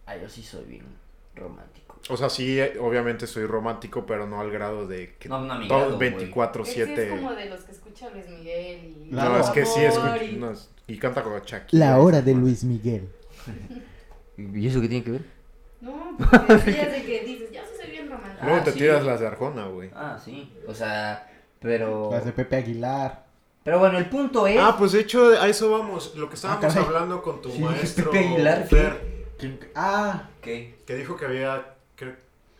S3: Ay, Ah, yo sí soy bien romántico.
S1: O sea, sí, eh, obviamente soy romántico, pero no al grado de que
S3: No, no, mi
S1: todo
S3: grado, güey.
S4: Él sí es como
S1: 24-7.
S4: de los que escucha Luis Miguel y...
S1: No, es que sí es.
S4: Amor y-
S1: no, es- y canta con Shakira.
S2: La hora de
S1: Luis
S2: Luis Miguel.
S3: ¿Y eso qué tiene que ver?
S4: No, porque sí es de que dices, yo sí soy bien romántico.
S1: Luego
S3: Ah,
S1: te
S3: sí.
S1: tiras las de Arjona, güey.
S3: Ah, sí. O sea, pero...
S2: Las de Pepe Aguilar.
S3: Pero bueno, el punto es...
S1: Ah, pues de hecho, a eso vamos. Lo que
S2: ¿Eh? Ah,
S1: estábamos
S2: caray.
S1: hablando con tu
S3: Sí,
S1: maestro
S3: Pepe Aguilar, ¿qué?
S1: Fer,
S2: Ah,
S3: ¿Qué?
S1: que dijo que había creo,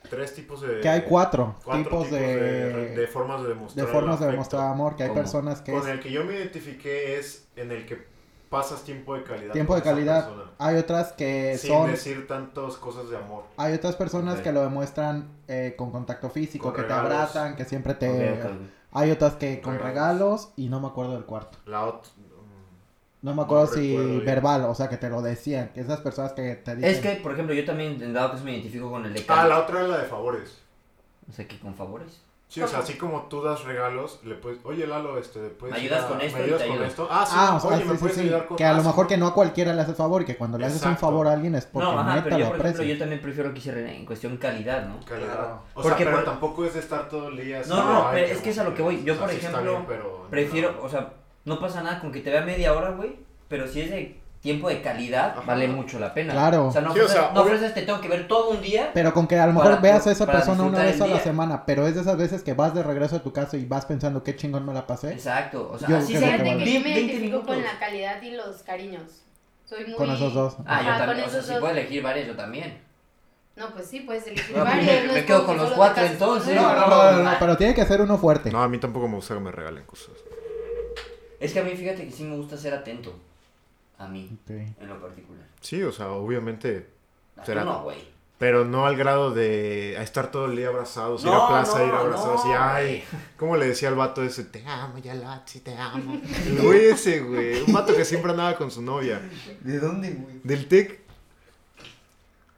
S1: tres tipos de.
S2: que hay cuatro,
S1: cuatro
S2: tipos, de,
S1: de, de
S2: de,
S1: formas de demostrar. el
S2: formas de
S1: afecto.
S2: demostrar amor, que hay
S3: ¿Cómo?
S2: personas que es
S1: Con el que yo me identifiqué es en el que pasas tiempo de calidad.
S2: tiempo
S1: con
S2: de
S1: esa
S2: calidad.
S1: persona,
S2: Hay otras que
S1: sin
S2: son...
S1: decir tantas cosas de amor.
S2: Hay otras personas
S3: Ok.
S2: que lo demuestran eh, con contacto físico,
S1: Con
S2: que
S1: regalos.
S2: te abrazan, que siempre te...
S3: Ok, ok, ok.
S2: Hay otras que con
S1: Regalos.
S2: regalos y no me acuerdo del cuarto.
S1: La mm, otra.
S2: No me acuerdo
S1: No
S2: si
S1: recuerdo bien.
S2: verbal, o sea, que te lo decían. Que esas personas que te dicen...
S3: Es que, por ejemplo, yo también, en dado caso, me identifico con el de...
S1: Ah,
S3: Cali.
S1: la otra es la de favores.
S3: O sea, que con favores.
S1: Sí, o sea, así como tú das regalos, le puedes, oye Lalo, este, puedes
S3: Me ayudas
S1: ir a-
S3: con esto
S1: me
S3: y
S1: ayudas
S3: te
S1: con
S3: ayudo".
S1: esto. Ah, sí,
S2: Ah, o sea,
S1: oye,
S2: sí,
S1: me
S2: sí,
S1: puedes
S2: sí,
S1: ayudar con
S2: que a lo
S1: ah, sí.
S2: mejor que no a cualquiera le haces favor y que cuando le haces un
S1: Exacto.
S2: favor a alguien es porque
S3: no, ajá,
S2: neta
S3: pero yo,
S2: lo
S3: por ejemplo,
S2: aprecia.
S3: yo también prefiero que se re- en cuestión calidad, ¿no?
S1: Calidad.
S5: Claro.
S1: O
S3: Porque
S1: sea, pero
S3: por-
S1: tampoco es de estar todo el día así
S3: No,
S1: de,
S3: no,
S1: "Ay,
S3: pero
S1: qué
S3: es que es a lo que
S1: aburrido".
S3: voy. Yo,
S1: O sea,
S3: por
S1: sí está
S3: ejemplo,
S1: bien, pero no.
S3: Prefiero, o sea, no pasa nada con que te vea media hora, güey, pero si es de tiempo de calidad,
S1: Ajá.
S3: vale mucho la pena.
S2: Claro.
S3: O sea, no
S1: Sí, o
S3: ofreces,
S1: sea,
S3: no
S1: obvio-
S3: ofreces, te tengo que ver todo un día.
S2: Pero con que a lo mejor
S3: Para-
S2: veas a esa
S3: para
S2: persona una
S3: disfrutar
S2: vez
S3: el
S2: a la
S3: día.
S2: semana, pero es de esas veces que vas de regreso a tu casa y vas pensando qué chingón me la pasé.
S3: Exacto, o sea,
S2: Yo
S3: así
S2: creo
S3: sea,
S2: que
S4: Fíjate
S2: vale.
S4: que yo me
S3: 20
S4: identifico con
S3: minutos.
S4: la calidad y los cariños. Soy muy...
S2: Con esos dos.
S3: Ah, yo
S4: Ajá,
S3: también,
S4: con
S3: o sea,
S4: esos
S3: si
S4: dos.
S3: puedo elegir varios, yo también.
S4: No, pues sí, puedes elegir
S3: No,
S4: varios.
S3: me-
S4: no
S3: me
S4: es
S3: quedo
S4: como
S3: con
S4: que
S3: los
S4: solo te
S3: cuatro,
S4: casas con
S3: entonces.
S4: uno.
S2: No, no, no, no, no, pero tiene que ser uno fuerte.
S1: No, a mí tampoco me gusta que me regalen cosas.
S3: Es que a mí, fíjate que sí me gusta ser atento. A mí,
S2: Ok.
S3: en lo particular.
S1: Sí, o sea, obviamente.
S3: A tú
S1: Será-
S3: no, güey.
S1: Pero no al grado de a estar todo el día abrazados, ir
S3: No,
S1: a plaza,
S3: no,
S1: ir abrazados.
S3: no,
S1: y ay, ¿cómo le decía al vato ese? Te amo, ya Lachi, te amo. El güey ese, güey. Un vato que siempre andaba con su novia.
S3: ¿De dónde, güey?
S1: Del TEC.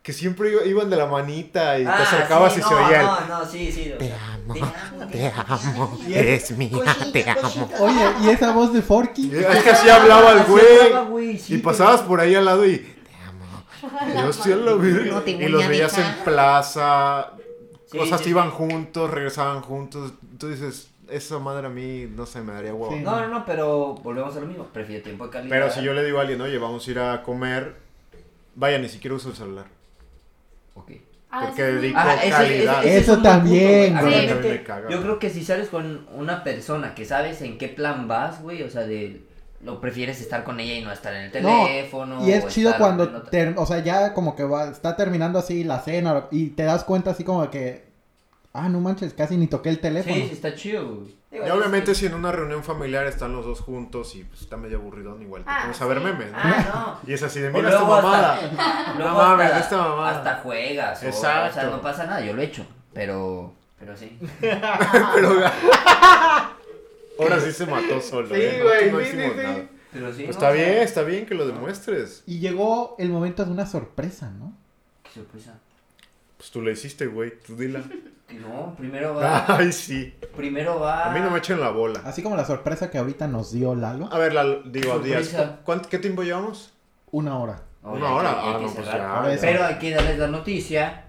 S1: Que siempre iba- iban de la manita y te
S3: Ah,
S1: acercabas
S3: sí,
S1: y se
S3: no,
S1: oía el.
S3: No, no, sí, sí. ah, o
S6: Te
S3: sea,
S6: amo,
S3: te amo,
S6: te amo,
S2: Y es-
S6: eres mía, te amo.
S2: Oye, ¿y esa voz de Forky?
S1: Es que así hablaba el
S3: Así hablaba,
S1: güey.
S3: güey, sí,
S1: Y
S3: Ah, te-
S1: pasabas por ahí al lado y.
S6: Te amo.
S1: Yo estoy a la verga.
S6: No te voy
S1: Y los
S6: a
S1: veías
S6: dejar.
S1: en plaza.
S3: Sí,
S1: cosas
S3: sí,
S1: iban juntos, regresaban juntos. Tú dices, esa madre a mí no se me daría huevo.
S2: Sí.
S3: No, no, no, pero volvemos a lo mismo. Prefiero tiempo de calidad.
S1: Pero si yo le digo a alguien, oye, vamos a ir a comer. Vaya, ni siquiera uso el celular.
S3: Ok.
S4: Ah,
S1: porque
S4: sí, sí.
S1: dedico
S3: Ah, ese-
S1: calidad.
S3: ese- ese es
S2: Eso
S3: un buen
S2: también,
S3: punto,
S4: güey. Sí.
S1: A mí me caga.
S3: Yo creo que si sales con una persona que sabes en qué plan vas, güey, o sea, de lo prefieres estar con ella y no estar en el
S2: No,
S3: teléfono.
S2: Y es
S3: o
S2: chido
S3: estar en
S2: cuando,
S3: otra-
S2: ter- o sea, ya como que va, está terminando así la cena y te das cuenta así como que, ah, no manches, casi ni toqué el teléfono.
S3: Sí, sí, está chido, güey. Digo,
S1: Y
S3: es
S1: obviamente
S3: que-
S1: si en una reunión familiar están los dos juntos y pues, está medio aburridón, igual te
S4: Ah,
S1: pones a ver
S4: sí.
S1: memes, ¿no?
S3: Ah, no.
S1: Y es así de,
S3: O
S1: mira esta
S3: luego hasta-
S1: mamada.
S3: Luego
S1: No mames,
S3: hasta,
S1: esta mamada.
S3: Hasta juegas. o-
S1: Exacto.
S3: O sea, no pasa nada, yo lo he hecho. Pero, pero sí.
S1: Pero <laughs> ahora sí se mató solo.
S5: Sí,
S1: ¿eh? No,
S5: güey,
S1: no
S5: sí,
S1: hicimos
S5: sí, sí.
S1: nada.
S3: Pero sí.
S1: Pues
S3: no,
S1: está
S3: o sea,
S1: bien, está bien que lo demuestres.
S2: Y llegó el momento de una sorpresa, ¿no?
S3: Qué sorpresa.
S1: Pues tú la hiciste, güey, tú dila.
S3: Que No,
S1: <laughs>
S3: primero va.
S1: Ay, sí.
S3: primero va.
S1: A mí no me echen la bola.
S2: Así como la sorpresa que ahorita nos dio Lalo,
S1: A ver, Lalo, digo, Díaz,
S3: Sorpresa.
S1: ¿cuánto- ¿qué tiempo llevamos?
S2: una hora.
S3: Oye,
S1: Una
S3: hay que-
S1: hora.
S3: hay
S1: Ah,
S3: que
S1: no, pues
S3: cerrar.
S1: ya.
S2: Por eso.
S3: Pero hay que darles la noticia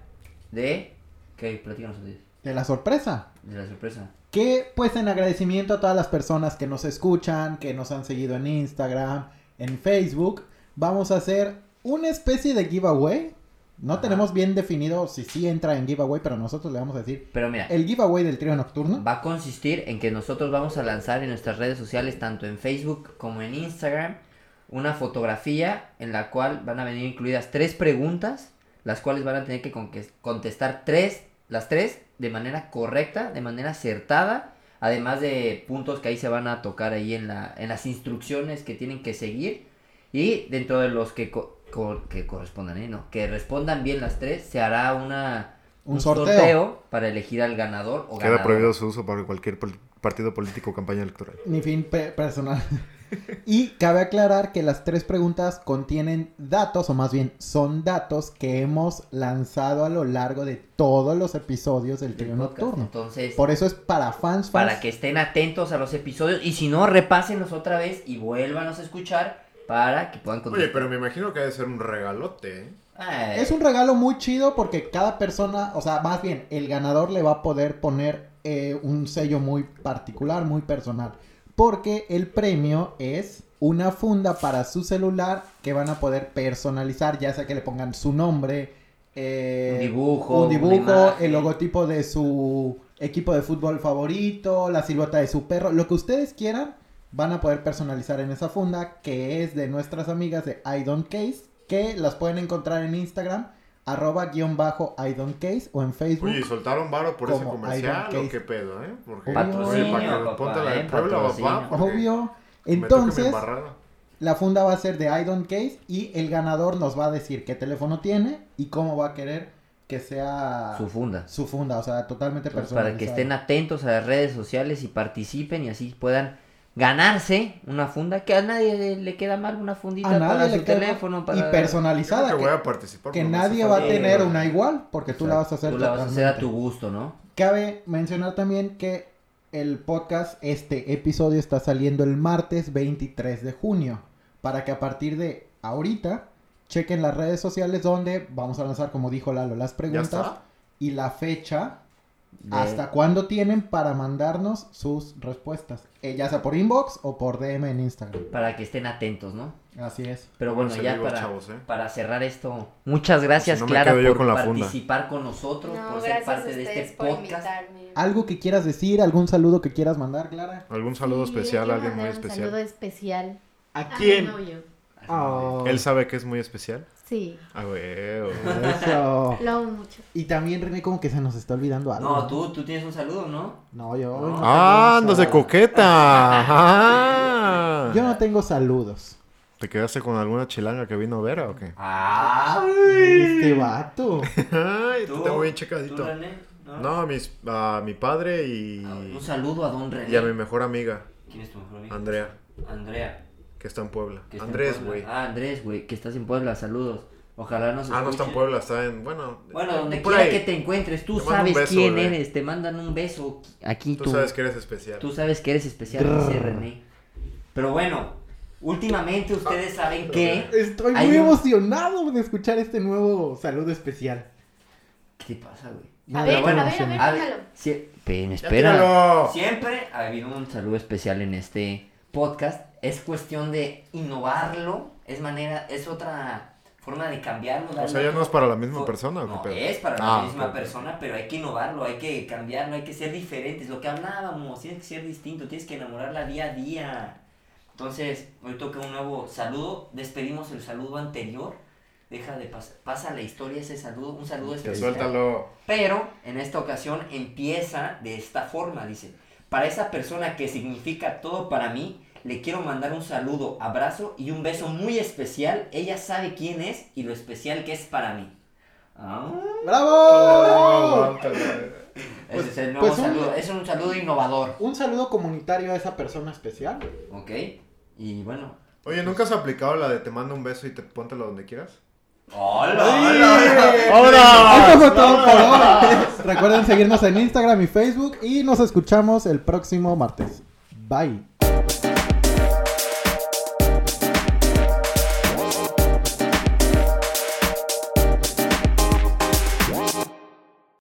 S3: de. que Platícanos ustedes.
S2: De la sorpresa.
S3: De la sorpresa.
S2: Que pues en agradecimiento a todas las personas que nos escuchan, que nos han seguido en Instagram, en Facebook, vamos a hacer una especie de giveaway No
S3: Ajá.
S2: tenemos bien definido si sí entra en giveaway, pero nosotros le vamos a decir.
S3: Pero mira,
S2: El giveaway del trío nocturno.
S3: va a consistir en que nosotros vamos a lanzar en nuestras redes sociales, tanto en Facebook como en Instagram, una fotografía en la cual van a venir incluidas tres preguntas, las cuales van a tener que conque- contestar tres, las tres de manera correcta, de manera acertada, además de puntos que ahí se van a tocar ahí en, la, en las instrucciones que tienen que seguir y dentro de los que, co- co- que correspondan, ¿eh? no, que respondan bien las tres, se hará una...
S2: Un sorteo.
S3: para elegir al ganador o
S1: Queda
S3: ganadora.
S1: prohibido su uso para cualquier pol- partido político o campaña electoral.
S2: Ni fin pe- personal. y cabe aclarar que las tres preguntas contienen datos, o más bien son datos que hemos lanzado a lo largo de todos los episodios del
S3: del
S2: trío
S3: podcast.
S2: nocturno.
S3: Entonces,
S2: Por eso es para fans, fans.
S3: para que estén atentos a los episodios y si no, repásenlos otra vez y vuélvanos a escuchar para que puedan ah,
S1: Oye,
S3: contestar.
S1: pero me imagino que ha de ser un regalote, ¿eh?
S3: Ay,
S2: Es un regalo muy chido porque cada persona, o sea, más bien, el ganador le va a poder poner eh, un sello muy particular, muy personal. Porque el premio es una funda para su celular que van a poder personalizar, ya sea que le pongan su nombre, eh,
S3: Un dibujo,
S2: un dibujo,
S3: una imagen.
S2: el logotipo de su equipo de fútbol favorito, la silueta de su perro, lo que ustedes quieran van a poder personalizar en esa funda que es de nuestras amigas de I Don't Case, que las pueden encontrar en Instagram, arroba guión bajo I Don't Case o en Facebook.
S1: Oye, ¿y soltaron varo por ese
S2: Como
S1: comercial
S2: Iron
S1: o
S2: Case.
S1: qué pedo, eh? Porque,
S3: Patrocinio,
S1: oye, para que
S3: papá,
S1: ponte la de
S3: eh,
S1: Puebla,
S3: patrocinio.
S1: papá. porque
S2: Obvio.
S1: me toca mi
S2: Entonces,
S1: embarrada.
S2: la funda va a ser de I Don't Case y el ganador nos va a decir qué teléfono tiene y cómo va a querer que sea
S3: su
S2: su,
S3: funda.
S2: funda, o sea, totalmente
S3: Entonces,
S2: personalizada.
S3: para que estén atentos a las redes sociales y participen y así puedan ganarse una funda que a nadie le queda mal una fundita
S2: a
S3: para
S2: nadie
S3: su
S2: le queda-
S3: teléfono para
S2: y
S1: Yo creo
S2: personalizada
S1: que
S2: que,
S1: voy a participar.
S2: que
S1: porque no sé
S2: nadie va a
S1: tanto.
S2: tener una igual porque tú la vas a hacer
S3: tú la vas a hacer a
S2: totalmente.
S3: tu gusto, ¿no?
S2: Cabe mencionar también que el podcast, este episodio está saliendo el martes 23 de junio. Para que a partir de ahorita chequen las redes sociales donde vamos a lanzar, como dijo Lalo, las
S1: ¿Ya
S2: preguntas
S1: está?
S2: y la fecha
S3: De-
S2: hasta cuándo tienen para mandarnos sus respuestas. Eh, ya sea por inbox o por DM en Instagram.
S3: para que estén atentos, ¿no?
S2: Así es.
S3: Pero
S1: Vamos
S3: bueno,
S1: en
S3: ya
S1: vivo,
S3: para,
S1: chavos, ¿eh?
S3: para cerrar esto, muchas gracias,
S1: Si no me
S3: Clara,
S1: quedo yo
S3: por
S1: con la funda.
S3: participar con nosotros, por ser parte de este podcast.
S1: Ah,
S2: ¿Algo que quieras decir? ¿Algún saludo que quieras mandar, Clara?
S1: Algún saludo
S4: Sí,
S1: especial
S4: quiero
S1: a alguien muy
S4: mandar Un saludo
S1: especial.
S4: especial. Ah,
S5: ¿A
S4: a mi
S5: quién?
S4: novio.
S2: Oh,
S1: ¿Él sabe que es muy especial?
S4: Sí,
S1: Ah, huevo.
S2: eso.
S4: lo amo mucho.
S2: Y también, René, como que se nos está olvidando algo.
S3: No, tú, tú tienes un saludo, ¿no?
S2: No, yo.
S3: No.
S2: no
S1: ¡Ah,
S2: tengo
S1: andas de
S2: saludos.
S4: <laughs>
S1: coqueta! Ajá.
S2: Yo no tengo saludos.
S1: ¿Te quedaste con alguna chilanga que vino a ver o qué?
S3: Ah,
S2: Este vato.
S1: Ay,
S3: ¿Tú?
S1: tú te voy bien
S3: ¿Tú,
S1: checadito.
S3: René? ¿No?
S1: No, mis, a mi padre y,
S3: Ah, Un saludo a don René.
S1: y a mi mejor amiga,
S3: ¿Quién es tu mejor amigo?
S1: Andrea,
S3: Andrea.
S1: que está en Puebla.
S3: que está en
S1: Andrés,
S3: Puebla.
S1: güey. Ah,
S3: Ah, Andrés, güey, que estás en Puebla, saludos. Ojalá nos
S1: no está en
S3: escuchen.
S1: Puebla, está en, bueno...
S3: Bueno,
S1: eh,
S3: donde
S1: por
S3: quiera
S1: ahí.
S3: que te encuentres, tú
S1: Te mando
S3: sabes
S1: un beso,
S3: quién
S1: René.
S3: eres, te mandan un beso aquí
S1: Tú sabes que eres especial.
S3: Tú sabes que eres especial, dice René. Pero bueno, últimamente ustedes saben que.
S2: Estoy
S3: Hay
S2: muy
S3: un-
S2: emocionado de escuchar este nuevo saludo especial.
S3: ¿Qué te pasa, güey?
S4: A
S2: Nada,
S4: ver,
S3: bueno,
S4: a ver, a ver,
S3: A
S4: déjalo.
S3: ver, sí, ven,
S1: ¡Ya
S3: espera.
S1: tíralo!
S3: Siempre ha habido un saludo especial en este podcast. Es cuestión de innovarlo. Es manera, es otra forma de cambiarlo.
S1: O sea,
S3: darle
S1: ya no es para la misma
S3: Fo-
S1: persona, ¿o qué
S3: No,
S1: pedo?
S3: es para
S1: Ah,
S3: la misma
S1: ok.
S3: persona, pero hay que innovarlo, hay que cambiarlo, hay que ser diferentes. Lo que hablábamos, tienes que ser distinto, tienes que enamorarla día a día. Entonces, hoy toca un nuevo saludo. Despedimos el saludo anterior. Deja de pasar, pasa a la historia ese saludo, un saludo especial.
S1: Suéltalo.
S3: Pero en esta ocasión empieza de esta forma, dice. Para esa persona que significa todo para mí, le quiero mandar un saludo, abrazo y un beso muy especial. Ella sabe quién es y lo especial que es para mí. Ah,
S1: Oh.
S2: ¡Bravo!
S3: ese es el nuevo
S2: pues un-
S3: saludo. Es un saludo innovador,
S2: Un saludo comunitario a esa persona especial.
S3: ¿ok? Y bueno.
S1: Oye, ¿nunca has aplicado la de te mando un beso y te póntelo donde quieras?
S3: ¡Hola! hola!
S1: Eh,
S2: Eso fue todo por hoy. Recuerden seguirnos en Instagram y Facebook y nos escuchamos el próximo martes. Bye.